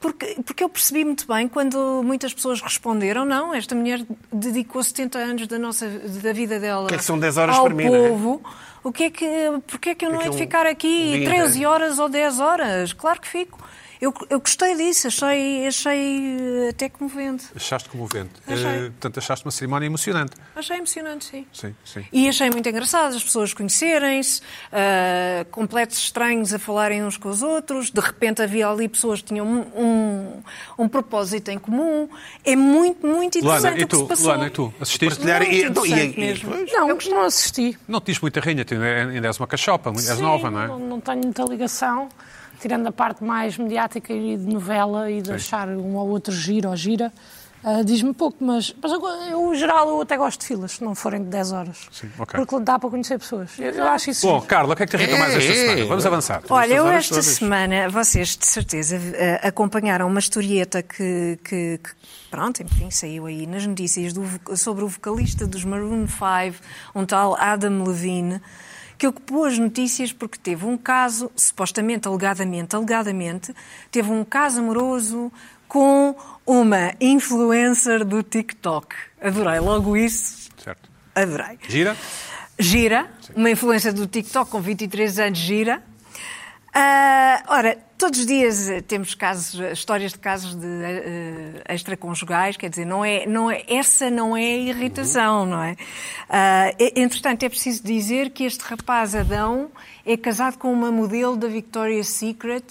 Speaker 3: porque, porque eu percebi muito bem quando muitas pessoas responderam: não, esta mulher dedicou 70 anos da, nossa, da vida dela
Speaker 2: que é que são 10 horas
Speaker 3: ao
Speaker 2: para mim, não é?
Speaker 3: povo. O que é que. Porquê é que eu não
Speaker 2: que
Speaker 3: hei
Speaker 2: é
Speaker 3: de
Speaker 2: um-
Speaker 3: ficar
Speaker 2: um
Speaker 3: aqui
Speaker 2: dia
Speaker 3: 13
Speaker 2: inteiro?
Speaker 3: horas ou 10 horas? Claro que fico. Eu, eu gostei disso, achei, achei eh, até comovente.
Speaker 1: Achaste comovente.
Speaker 3: Achei.
Speaker 1: Eh, Portanto, achaste uma cerimónia emocionante.
Speaker 3: Achei emocionante, sim.
Speaker 1: Sim, sim.
Speaker 3: E achei muito engraçado as pessoas conhecerem-se, ah, completos estranhos a falarem uns com os outros. De repente havia ali pessoas que tinham um, um, um propósito em comum. É muito, muito interessante
Speaker 1: Luana, e
Speaker 3: o que
Speaker 1: tu?
Speaker 3: se passou.
Speaker 1: Luana, e tu? Assististe?
Speaker 2: Partilhar
Speaker 3: Muito
Speaker 2: e- então, e-
Speaker 3: interessante
Speaker 2: e-
Speaker 3: mesmo.
Speaker 2: pois.
Speaker 4: Não, não assisti.
Speaker 1: Não te diz muita rainha, tu ainda ainda és uma cachopa, és
Speaker 4: Sim,
Speaker 1: nova, não é?
Speaker 4: Não, não tenho muita ligação, tirando a parte mais mediática e de novela e de achar um ou outro giro ou gira. ah, Diz-me pouco, mas, mas eu, eu, em geral, eu até gosto de filas, se não forem de 10 horas.
Speaker 1: Sim, ok.
Speaker 4: Porque dá para conhecer pessoas. Eu, eu acho isso.
Speaker 1: Bom, Carla, o que é que te irrita mais esta
Speaker 2: Ei, ei.
Speaker 1: semana? Vamos avançar.
Speaker 3: Olha, eu
Speaker 1: Estas horas
Speaker 3: esta
Speaker 1: todas.
Speaker 3: semana, vocês de certeza eh, acompanharam uma historieta que, que- que, pronto, enfim, saiu aí nas notícias do vo- sobre o vocalista dos Maroon 5, um tal Adam Levine, que ocupou as notícias porque teve um caso, supostamente, alegadamente, alegadamente, teve um caso amoroso com uma influencer do TikTok. Adorei logo isso,
Speaker 1: Certo.
Speaker 3: adorei.
Speaker 1: Gira?
Speaker 3: Gira, uma influência do TikTok com 23 anos, gira. Ah, ora, todos os dias eh, temos casos, eh, histórias de casos de eh, extraconjugais, quer dizer, não é, não é, essa não é a irritação, não é? Ah, e- entretanto, é preciso dizer que este rapaz Adão é casado com uma modelo da Victoria's Secret,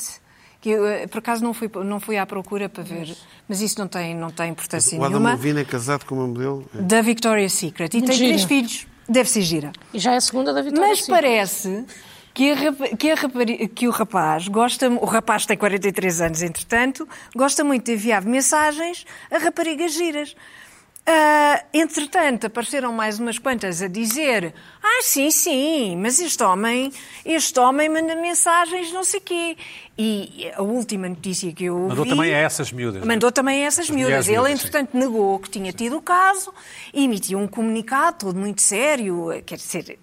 Speaker 3: que eu, eh, por acaso não fui, não fui à procura para ver, mas isso não tem, não tem importância
Speaker 2: O Adam
Speaker 3: nenhuma.
Speaker 2: Levine é casado com uma modelo.
Speaker 3: Da Victoria's Secret. E tem
Speaker 4: Gira.
Speaker 3: três filhos. Deve ser gira.
Speaker 4: E já é a segunda da Vitória.
Speaker 3: Mas
Speaker 1: assim.
Speaker 4: sim.
Speaker 3: parece que, a rapa- que a rapari- que o rapaz gosta. O rapaz tem 43 anos, entretanto, gosta muito de enviar mensagens a raparigas giras. Ah, Ah, entretanto, apareceram mais umas quantas a dizer: Ah, sim, sim, mas este homem, este homem manda mensagens, não sei quê. E a última notícia que eu ouvi.
Speaker 1: Mandou também a essas miúdas, não é?
Speaker 3: Mandou também a essas
Speaker 1: As
Speaker 3: miúdas.
Speaker 1: mulheres
Speaker 3: Ele,
Speaker 1: miúdas, sim.
Speaker 3: entretanto, negou que tinha tido o caso e emitiu um comunicado todo muito sério, eh, quer dizer, é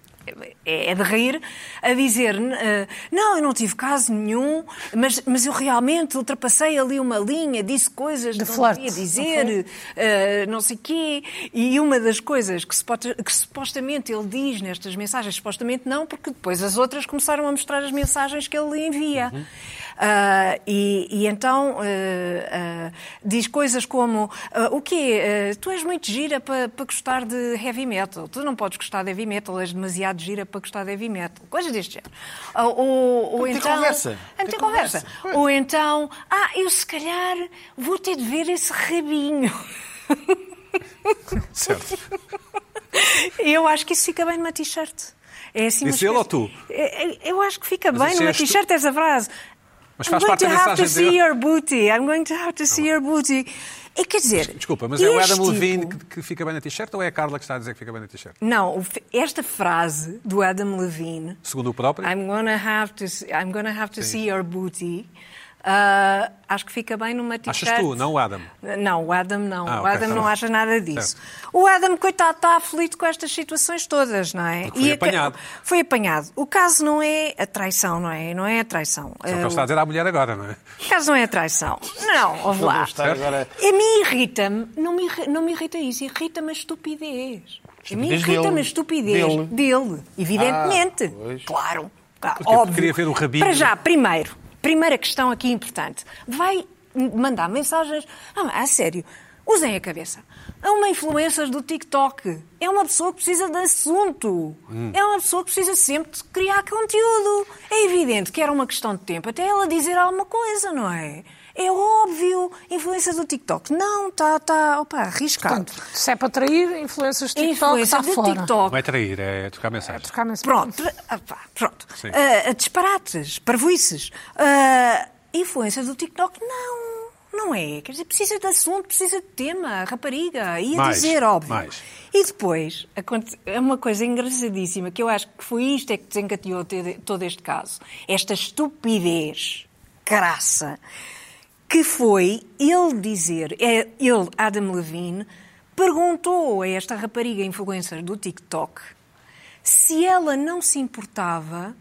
Speaker 3: é de rir, a dizer: "N- eh, Não, eu não tive caso nenhum, mas, mas eu realmente ultrapassei ali uma linha, disse coisas
Speaker 4: De
Speaker 3: que não
Speaker 4: flerte,
Speaker 3: devia
Speaker 4: não
Speaker 5: Uhum.
Speaker 3: dizer, eh, não sei quê. E uma das coisas que, supo- que supostamente ele diz nestas mensagens, supostamente não, porque depois as outras começaram a mostrar as mensagens que ele lhe envia.
Speaker 5: Uhum.
Speaker 3: Ah, e, e então eh, ah, diz coisas como ah, o quê? Ah, tu és muito gira para gostar de heavy metal. Tu não podes gostar de heavy metal, és demasiado gira para gostar de heavy metal. Coisas deste género. Ah, ou, ou
Speaker 5: Tem
Speaker 3: então,
Speaker 5: conversa.
Speaker 3: Ah,
Speaker 5: Tem
Speaker 3: Tem conversa.
Speaker 5: conversa.
Speaker 3: Ou então, ah, eu se calhar vou ter de ver esse rabinho.
Speaker 1: Certo.
Speaker 3: Eu acho que isso fica bem numa t-shirt. É assim uma
Speaker 1: Disse ele
Speaker 3: espécie-
Speaker 1: ou tu?
Speaker 3: É, é, Eu acho que fica
Speaker 1: Mas
Speaker 3: bem
Speaker 1: isso
Speaker 3: numa
Speaker 1: és tu.
Speaker 3: t-shirt essa frase.
Speaker 1: Mas faz
Speaker 3: I'm going
Speaker 1: parte
Speaker 3: to
Speaker 1: da
Speaker 3: have to
Speaker 1: mensagem
Speaker 3: see
Speaker 1: dele.
Speaker 3: your booty. I'm going to have to see your booty. E quer dizer.
Speaker 1: Desculpa, mas é o
Speaker 3: este
Speaker 1: Adam Levine
Speaker 3: tipo-
Speaker 1: que, que fica bem na t-shirt ou é a Carla que está a dizer que fica bem na t-shirt?
Speaker 3: Não, o fe- esta frase do Adam Levine
Speaker 1: Segundo o próprio?
Speaker 3: I'm gonna have to see, I'm gonna have to see your booty. Ah, acho que fica bem numa t-shirt.
Speaker 1: Achas tu, não o Adam?
Speaker 3: Não, o Adam não.
Speaker 1: Ah,
Speaker 3: o
Speaker 1: ok,
Speaker 3: Adam
Speaker 1: tá
Speaker 3: não
Speaker 1: bem.
Speaker 3: acha nada disso. O Adam, coitado, está aflito com estas situações todas, não é?
Speaker 1: Porque foi
Speaker 3: a-
Speaker 1: apanhado.
Speaker 3: Foi apanhado. O caso não é a traição, não é? Não é a
Speaker 1: É
Speaker 3: traição.
Speaker 1: o que
Speaker 3: Ah,
Speaker 1: ele está a dizer à mulher agora, não é?
Speaker 3: o caso não é a traição. Não, ouve
Speaker 5: Não
Speaker 3: lá.
Speaker 5: vamos estar agora.
Speaker 3: A mim irrita-me, não me, irri- não me irrita isso, irrita-me a estupidez. A mim
Speaker 5: Estupidez
Speaker 3: irrita-me
Speaker 5: dele.
Speaker 3: a estupidez
Speaker 5: Dele.
Speaker 3: dele, evidentemente.
Speaker 5: Ah, pois.
Speaker 3: claro. Tá,
Speaker 1: Porque
Speaker 3: óbvio.
Speaker 1: queria ver o rabinho.
Speaker 3: Para já, Ah, primeiro, primeira questão aqui importante. Vai mandar mensagens. Ah, a sério, usem a cabeça. É uma influencer do TikTok. É uma pessoa que precisa de assunto. É uma pessoa que precisa sempre de criar conteúdo. É evidente que era uma questão de tempo até ela dizer alguma coisa, não é? É óbvio, influência do TikTok. Não, está, tá, opa, arriscado.
Speaker 4: Portanto, se é para trair, influências de TikTok
Speaker 3: influência
Speaker 4: está
Speaker 3: do
Speaker 4: fora.
Speaker 3: TikTok.
Speaker 1: Não é trair, é trocar mensagem.
Speaker 4: Trocar mensagem.
Speaker 3: Pronto, ah, pá, pronto.
Speaker 1: Sim.
Speaker 3: Ah, disparates, parvoices. Ah, influência do TikTok, não, não é. Quer dizer, precisa de assunto, precisa de tema, rapariga, ia
Speaker 1: Mais,
Speaker 3: dizer, óbvio.
Speaker 1: mais.
Speaker 3: E depois, aconte- é uma coisa engraçadíssima, que eu acho que foi isto é que desencadeou te- todo este caso. Esta estupidez, craça, que foi ele dizer, é- ele, Adam Levine, perguntou a esta rapariga influencer do TikTok se ela não se importava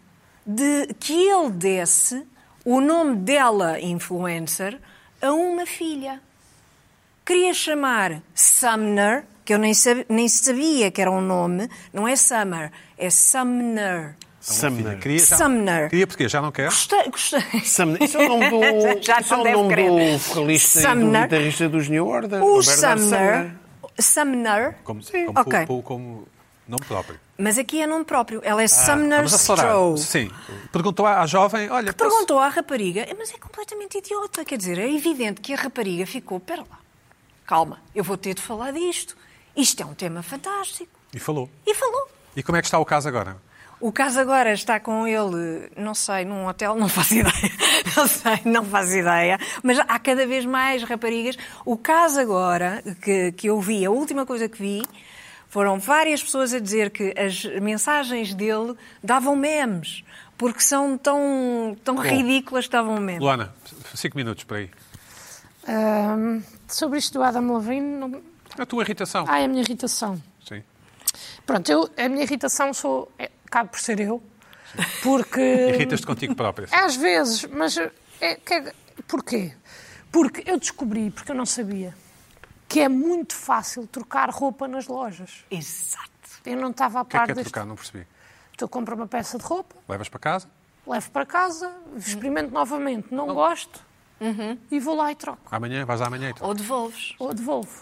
Speaker 3: de que ele desse o nome dela, influencer, a uma filha queria chamar Sumner, que eu nem sabia, nem sabia que era um nome, não é Summer, é Sumner.
Speaker 1: Filha,
Speaker 5: Sumner.
Speaker 1: Queria, já-
Speaker 3: Sumner.
Speaker 1: Queria porque já não quer?
Speaker 3: Gostei, gostei.
Speaker 5: Sumner. Isso é o nome do,
Speaker 3: Já
Speaker 5: isso é
Speaker 3: não
Speaker 5: o
Speaker 3: deve
Speaker 5: nome
Speaker 3: crer.
Speaker 5: do vocalista e do
Speaker 4: né?
Speaker 3: Sumner.
Speaker 5: guitarrista dos New Order.
Speaker 3: O
Speaker 5: Bernard
Speaker 3: Sumner. Sumner.
Speaker 1: Como,
Speaker 5: Sim.
Speaker 1: como,
Speaker 3: Ok.
Speaker 1: como- como nome próprio.
Speaker 3: Mas aqui é nome próprio. Ela é
Speaker 5: Ah,
Speaker 3: Sumner
Speaker 1: Ah, Vamos acelerar.
Speaker 3: Stroh.
Speaker 1: Sim. Perguntou à, à jovem, olha, posso-
Speaker 3: Perguntou à rapariga, "Eh, mas é completamente idiota. Quer dizer, é evidente que a rapariga ficou, pera lá, calma, eu vou ter de falar disto. Isto é um tema fantástico.
Speaker 1: E falou.
Speaker 3: E falou.
Speaker 1: E como é que está o caso agora?
Speaker 3: O caso agora está com ele, não sei, num hotel, não faço ideia. Não sei, não faço ideia. Mas há cada vez mais raparigas. O caso agora que, que eu vi, a última coisa que vi, foram várias pessoas a dizer que as mensagens dele davam memes, porque são tão, tão ridículas que davam memes.
Speaker 1: Luana, cinco minutos para aí.
Speaker 4: Ahm, Ah, sobre isto do Adam Levine, não...
Speaker 1: A tua irritação.
Speaker 4: ai, a minha irritação.
Speaker 1: Sim.
Speaker 4: Pronto, eu, a minha irritação sou, é, cabe por ser eu, porque
Speaker 1: Irritas-te contigo própria.
Speaker 4: às vezes, mas é, que- porquê? Porque eu descobri, porque eu não sabia, que é muito fácil trocar roupa nas lojas.
Speaker 3: Exato.
Speaker 4: Eu não estava a
Speaker 1: O que é
Speaker 4: par
Speaker 1: que é
Speaker 4: deste.
Speaker 1: trocar? Não percebi.
Speaker 4: Tu compra uma peça de roupa,
Speaker 1: Levas para casa?
Speaker 4: levo para casa, experimento novamente, não, gosto e vou lá e troco.
Speaker 1: Amanhã? Vais lá amanhã então. e tal.
Speaker 3: Ou devolves.
Speaker 4: Ou devolvo.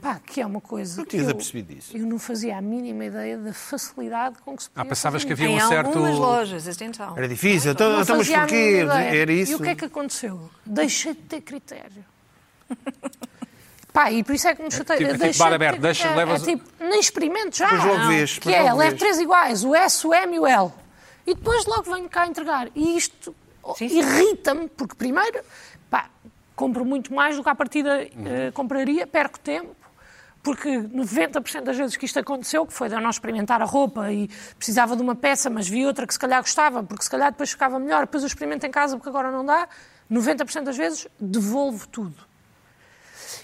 Speaker 4: Pá, que é uma coisa.
Speaker 5: Não
Speaker 4: que
Speaker 5: tinhas
Speaker 4: eu-
Speaker 5: apercebido isso.
Speaker 4: Eu não fazia a mínima ideia da facilidade com que se
Speaker 1: Ah,
Speaker 4: podia
Speaker 1: pensavas que
Speaker 4: fazer
Speaker 1: havia
Speaker 3: Em
Speaker 1: um certo...
Speaker 3: algumas lojas, atenção.
Speaker 2: Era difícil, então,
Speaker 4: Não
Speaker 2: então mas
Speaker 4: fazia a
Speaker 2: porquê?
Speaker 4: mínima ideia.
Speaker 2: Era isso?
Speaker 4: E o que é que aconteceu? Deixei de ter critério. Pá, e por isso é que me chatei.
Speaker 1: tipo- é tipo
Speaker 4: Deixei
Speaker 1: bar
Speaker 4: de
Speaker 1: aberto,
Speaker 4: ter
Speaker 1: deixa-
Speaker 4: critério.
Speaker 1: levas-
Speaker 4: É tipo, nem experimento já.
Speaker 2: Depois logo
Speaker 4: não.
Speaker 2: vês,
Speaker 4: Que
Speaker 2: depois
Speaker 4: é,
Speaker 2: logo
Speaker 4: levo
Speaker 2: vês.
Speaker 4: três iguais, o S, o M e o L. E depois logo venho cá entregar. E isto oh,
Speaker 3: Sim, sim.
Speaker 4: irrita-me, porque
Speaker 2: Uhum.
Speaker 4: primeiro, pá, compro muito mais do que à partida eh, compraria, perco tempo. porque 90% das vezes que isto aconteceu, que foi de eu não experimentar a roupa e precisava de uma peça, mas vi outra que se calhar gostava, porque se calhar depois ficava melhor, depois eu experimento em casa porque agora não dá, 90% das vezes devolvo tudo.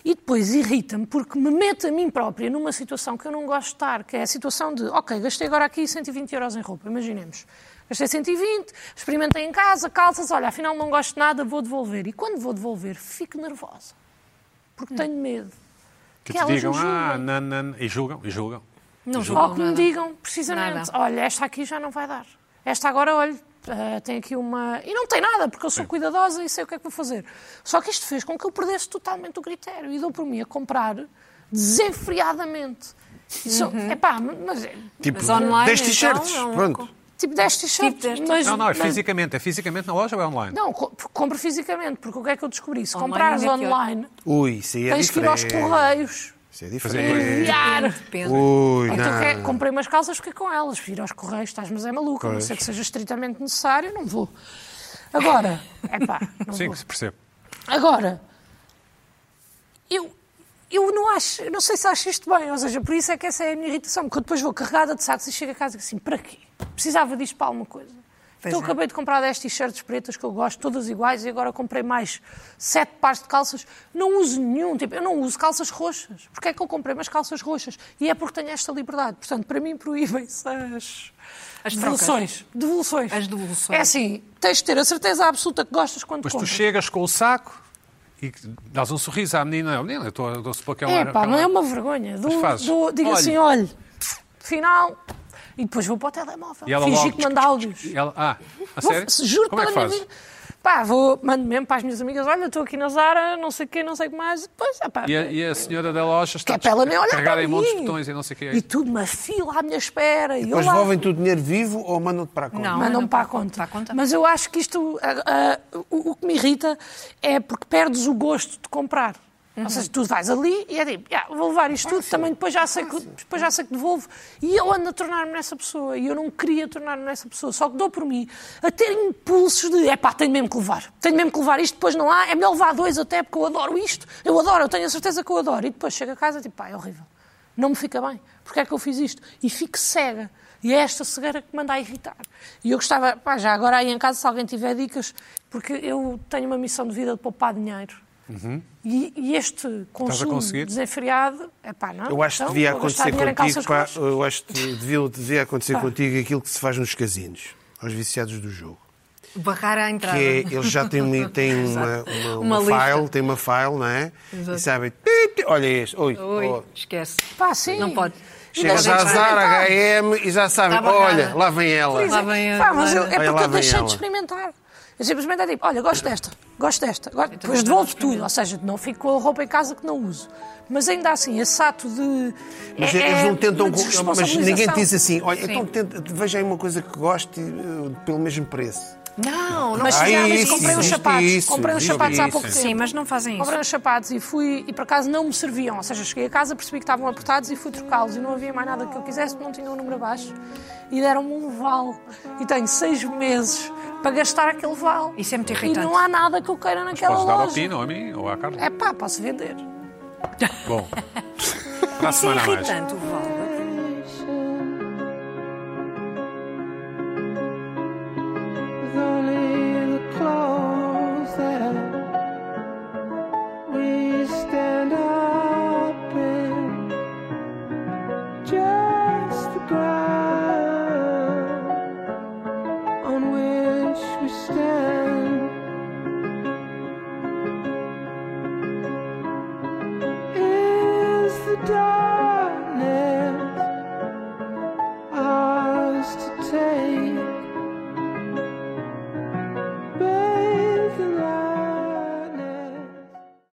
Speaker 4: E depois irrita-me porque me meto a mim própria numa situação que eu não gosto de estar, que é a situação de, ok, gastei agora aqui 120 euros em roupa, imaginemos. Gastei 120, experimentei em casa, calças, olha, afinal não gosto de nada, vou devolver. E quando vou devolver, fico nervosa, porque tenho medo.
Speaker 1: Hum. Que, te
Speaker 4: elas me
Speaker 1: digam, ah,
Speaker 4: julguem.
Speaker 1: não, não, não", e julgam, e julgam.
Speaker 3: Não
Speaker 4: Ou
Speaker 3: julgam
Speaker 4: que me
Speaker 3: nada.
Speaker 4: digam, precisamente,
Speaker 3: Nada.
Speaker 4: olha, esta aqui já não vai dar. Esta agora, olha, eh, tem aqui uma... E não tem nada, porque eu sou cuidadosa e sei o que é que vou fazer. Só que isto fez com que eu perdesse totalmente o critério e dou por mim a comprar desenfreadamente. Isso,
Speaker 3: Uhum.
Speaker 4: epá, mas... é,
Speaker 2: Tipo,
Speaker 3: Mas online,
Speaker 2: 10 t-shirts.
Speaker 3: então, é um-
Speaker 2: Pronto.
Speaker 4: Tipo, deste
Speaker 3: Tipo
Speaker 4: t-shirt,
Speaker 3: deste.
Speaker 4: mas...
Speaker 1: Não, não, é
Speaker 4: mas-
Speaker 1: fisicamente. É fisicamente na loja ou é online?
Speaker 4: Não, co- compro fisicamente, porque o que é que eu descobri? Se
Speaker 3: Online
Speaker 4: comprares
Speaker 3: ainda é pior.
Speaker 4: online,
Speaker 2: Ui, isso aí é
Speaker 4: tens que ir aos
Speaker 2: diferente.
Speaker 4: correios.
Speaker 2: Isso é
Speaker 1: Pois
Speaker 2: diferente.
Speaker 1: é.
Speaker 4: Enviar.
Speaker 3: Depende.
Speaker 2: Ui,
Speaker 4: Então,
Speaker 2: não.
Speaker 4: que é, comprei umas calças, fiquei com elas. Fui Ir aos correios, estás, mas é maluco. A não
Speaker 2: Pois.
Speaker 4: ser que seja estritamente necessário, não vou. Agora, é pá, não
Speaker 1: Sim,
Speaker 4: vou.
Speaker 1: que se percebe.
Speaker 4: Agora, eu, eu não acho, eu não sei se acho isto bem, ou seja, por isso é que essa é a minha irritação, porque eu depois vou carregada de sacos e chego a casa e digo assim, para quê? Precisava disto para alguma coisa.
Speaker 3: Pois
Speaker 4: então
Speaker 3: é.
Speaker 4: acabei de comprar 10 t-shirts pretas que eu gosto, todas iguais, e agora comprei mais 7 pares de calças. Não uso nenhum, tipo, eu não uso calças roxas. Porque é que eu comprei umas calças roxas? E é porque tenho esta liberdade. Portanto, para mim proíbem-se as,
Speaker 3: As trocas.
Speaker 4: devoluções. Devoluções.
Speaker 3: As devoluções.
Speaker 4: É assim, tens de ter a certeza absoluta que gostas quando
Speaker 1: Depois tu
Speaker 4: compras.
Speaker 1: chegas com o saco e dás um sorriso à menina. "Oh, Menina, eu estou eu dou supor que é um
Speaker 4: É,
Speaker 1: era-
Speaker 4: pá,
Speaker 1: que um
Speaker 4: mas é
Speaker 1: era-
Speaker 4: uma vergonha. Do,
Speaker 1: Mas fazes.
Speaker 4: do- digo
Speaker 1: Olha.
Speaker 4: assim, olha, final, e depois vou para o telemóvel.
Speaker 1: E ela
Speaker 4: Fingi
Speaker 1: logo-
Speaker 4: que mando áudios.
Speaker 1: E ela- ah, a
Speaker 4: Vou-
Speaker 1: sério?
Speaker 4: juro
Speaker 1: Como é que
Speaker 4: pela
Speaker 1: fazes?
Speaker 4: minha vida. Pá, vou, mando mesmo para as minhas amigas, olha, estou aqui na Zara, não sei o quê, não sei o que mais. E Depois, ah, pá,
Speaker 1: E a, e a senhora da loja
Speaker 4: que
Speaker 1: está
Speaker 4: é para ela nem olhar
Speaker 1: carregada
Speaker 4: para
Speaker 1: em montes de
Speaker 4: mim.
Speaker 1: botões e não sei o que é
Speaker 4: E tudo uma fila à minha espera. E eu
Speaker 2: Mas
Speaker 4: lá-
Speaker 2: devolvem-te o dinheiro vivo ou mandam-te para a conta?
Speaker 3: Não.
Speaker 4: Mandam
Speaker 3: não,
Speaker 4: para a
Speaker 3: para a
Speaker 4: conta.
Speaker 3: conta. Para a conta.
Speaker 4: Mas eu acho que isto, ah, ah, o, o que me irrita é porque perdes o gosto de comprar. Ou
Speaker 3: Uhum.
Speaker 4: seja, tu vais ali e é tipo, "Ya, vou levar isto
Speaker 3: assim.
Speaker 4: tudo, também depois já,
Speaker 3: É
Speaker 4: sei que, depois já sei que devolvo. E eu ando a tornar-me nessa pessoa e eu não queria tornar-me nessa pessoa, só que dou por mim a ter impulsos de, é pá, tenho mesmo que levar, tenho mesmo que levar isto, depois não há, é melhor levar dois até porque eu adoro isto, eu adoro, eu tenho a certeza que eu adoro. E depois chego a casa e tipo, pá, é horrível, não me fica bem, porque é que eu fiz isto? E fico cega. E é esta cegueira que me manda a irritar. E eu gostava, pá, já agora aí em casa, se alguém tiver dicas, porque eu tenho uma missão de vida de poupar dinheiro.
Speaker 2: Uhum.
Speaker 4: E, e este consumo
Speaker 1: conseguir?
Speaker 4: desenfreado, é pá, não.
Speaker 2: Eu acho que
Speaker 4: então,
Speaker 2: devia
Speaker 4: vou gastar
Speaker 2: acontecer
Speaker 4: dinheiro em
Speaker 2: contigo,
Speaker 4: calças
Speaker 2: pá,
Speaker 4: roxas. Tá.
Speaker 2: eu acho que devia, devia acontecer
Speaker 4: Pá.
Speaker 2: contigo aquilo que se faz nos casinos, aos viciados do jogo.
Speaker 3: Barrar à entrada.
Speaker 2: Que é, eles já têm, um- têm uma, uma,
Speaker 3: Uma
Speaker 2: uma
Speaker 3: lista.
Speaker 2: file, têm uma file, não é? E sabem, olha este, oi,
Speaker 3: Oi,
Speaker 2: oh.
Speaker 3: esquece.
Speaker 4: Pá, sim.
Speaker 3: Não pode.
Speaker 4: E
Speaker 2: Chegas
Speaker 3: Não
Speaker 2: à
Speaker 3: podem
Speaker 2: Zara, HM e já sabem,
Speaker 3: Tá barrada.
Speaker 2: olha, lá vem ela.
Speaker 4: é.
Speaker 3: Lá vem a-
Speaker 4: Pá, mas eu-
Speaker 3: lá-
Speaker 4: é
Speaker 2: Olha,
Speaker 4: porque
Speaker 2: lá
Speaker 4: eu
Speaker 2: vem
Speaker 4: deixei
Speaker 2: ela.
Speaker 4: de experimentar. Eu simplesmente é tipo, olha, gosto desta, gosto desta,
Speaker 3: Então
Speaker 4: gosto- depois devolvo tudo, ou seja, não fico com a roupa em casa que não uso. Mas ainda assim, esse sato de.
Speaker 2: Mas
Speaker 4: é-
Speaker 2: eles
Speaker 4: é
Speaker 2: não tentam.
Speaker 4: uma
Speaker 2: com- Mas ninguém te
Speaker 4: desresponsabilização.
Speaker 2: diz assim, olha, então tenta, veja aí uma coisa que goste eh, pelo mesmo preço.
Speaker 3: Não, não
Speaker 4: Mas
Speaker 2: Ah,
Speaker 4: sim,
Speaker 3: fazem
Speaker 4: mas
Speaker 2: isso,
Speaker 4: comprei uns
Speaker 2: existe
Speaker 4: sapatos.
Speaker 2: isso,
Speaker 4: comprei uns
Speaker 2: existe
Speaker 4: sapatos há
Speaker 2: isso.
Speaker 4: pouco tempo.
Speaker 3: Sim, mas não fazem isso.
Speaker 4: Comprei uns sapatos e fui e por acaso não me serviam, ou seja, cheguei a casa, percebi que estavam apertados e fui trocá-los e não havia mais nada que eu quisesse porque não tinha o número abaixo e deram-me um vale e tenho seis meses para gastar aquele vale.
Speaker 3: Isso é muito
Speaker 4: E
Speaker 3: irritante.
Speaker 4: não há nada que eu queira naquela
Speaker 1: Podes dar ao
Speaker 4: loja.
Speaker 1: Pino, ou a mim, ou à Carla.
Speaker 4: É pá, posso vender.
Speaker 1: Bom, para a
Speaker 3: Isso é
Speaker 1: semana a mais.
Speaker 3: irritante, o Val.
Speaker 6: It's only the clothes that we stand up in, just the ground on which we stand. Is the dark.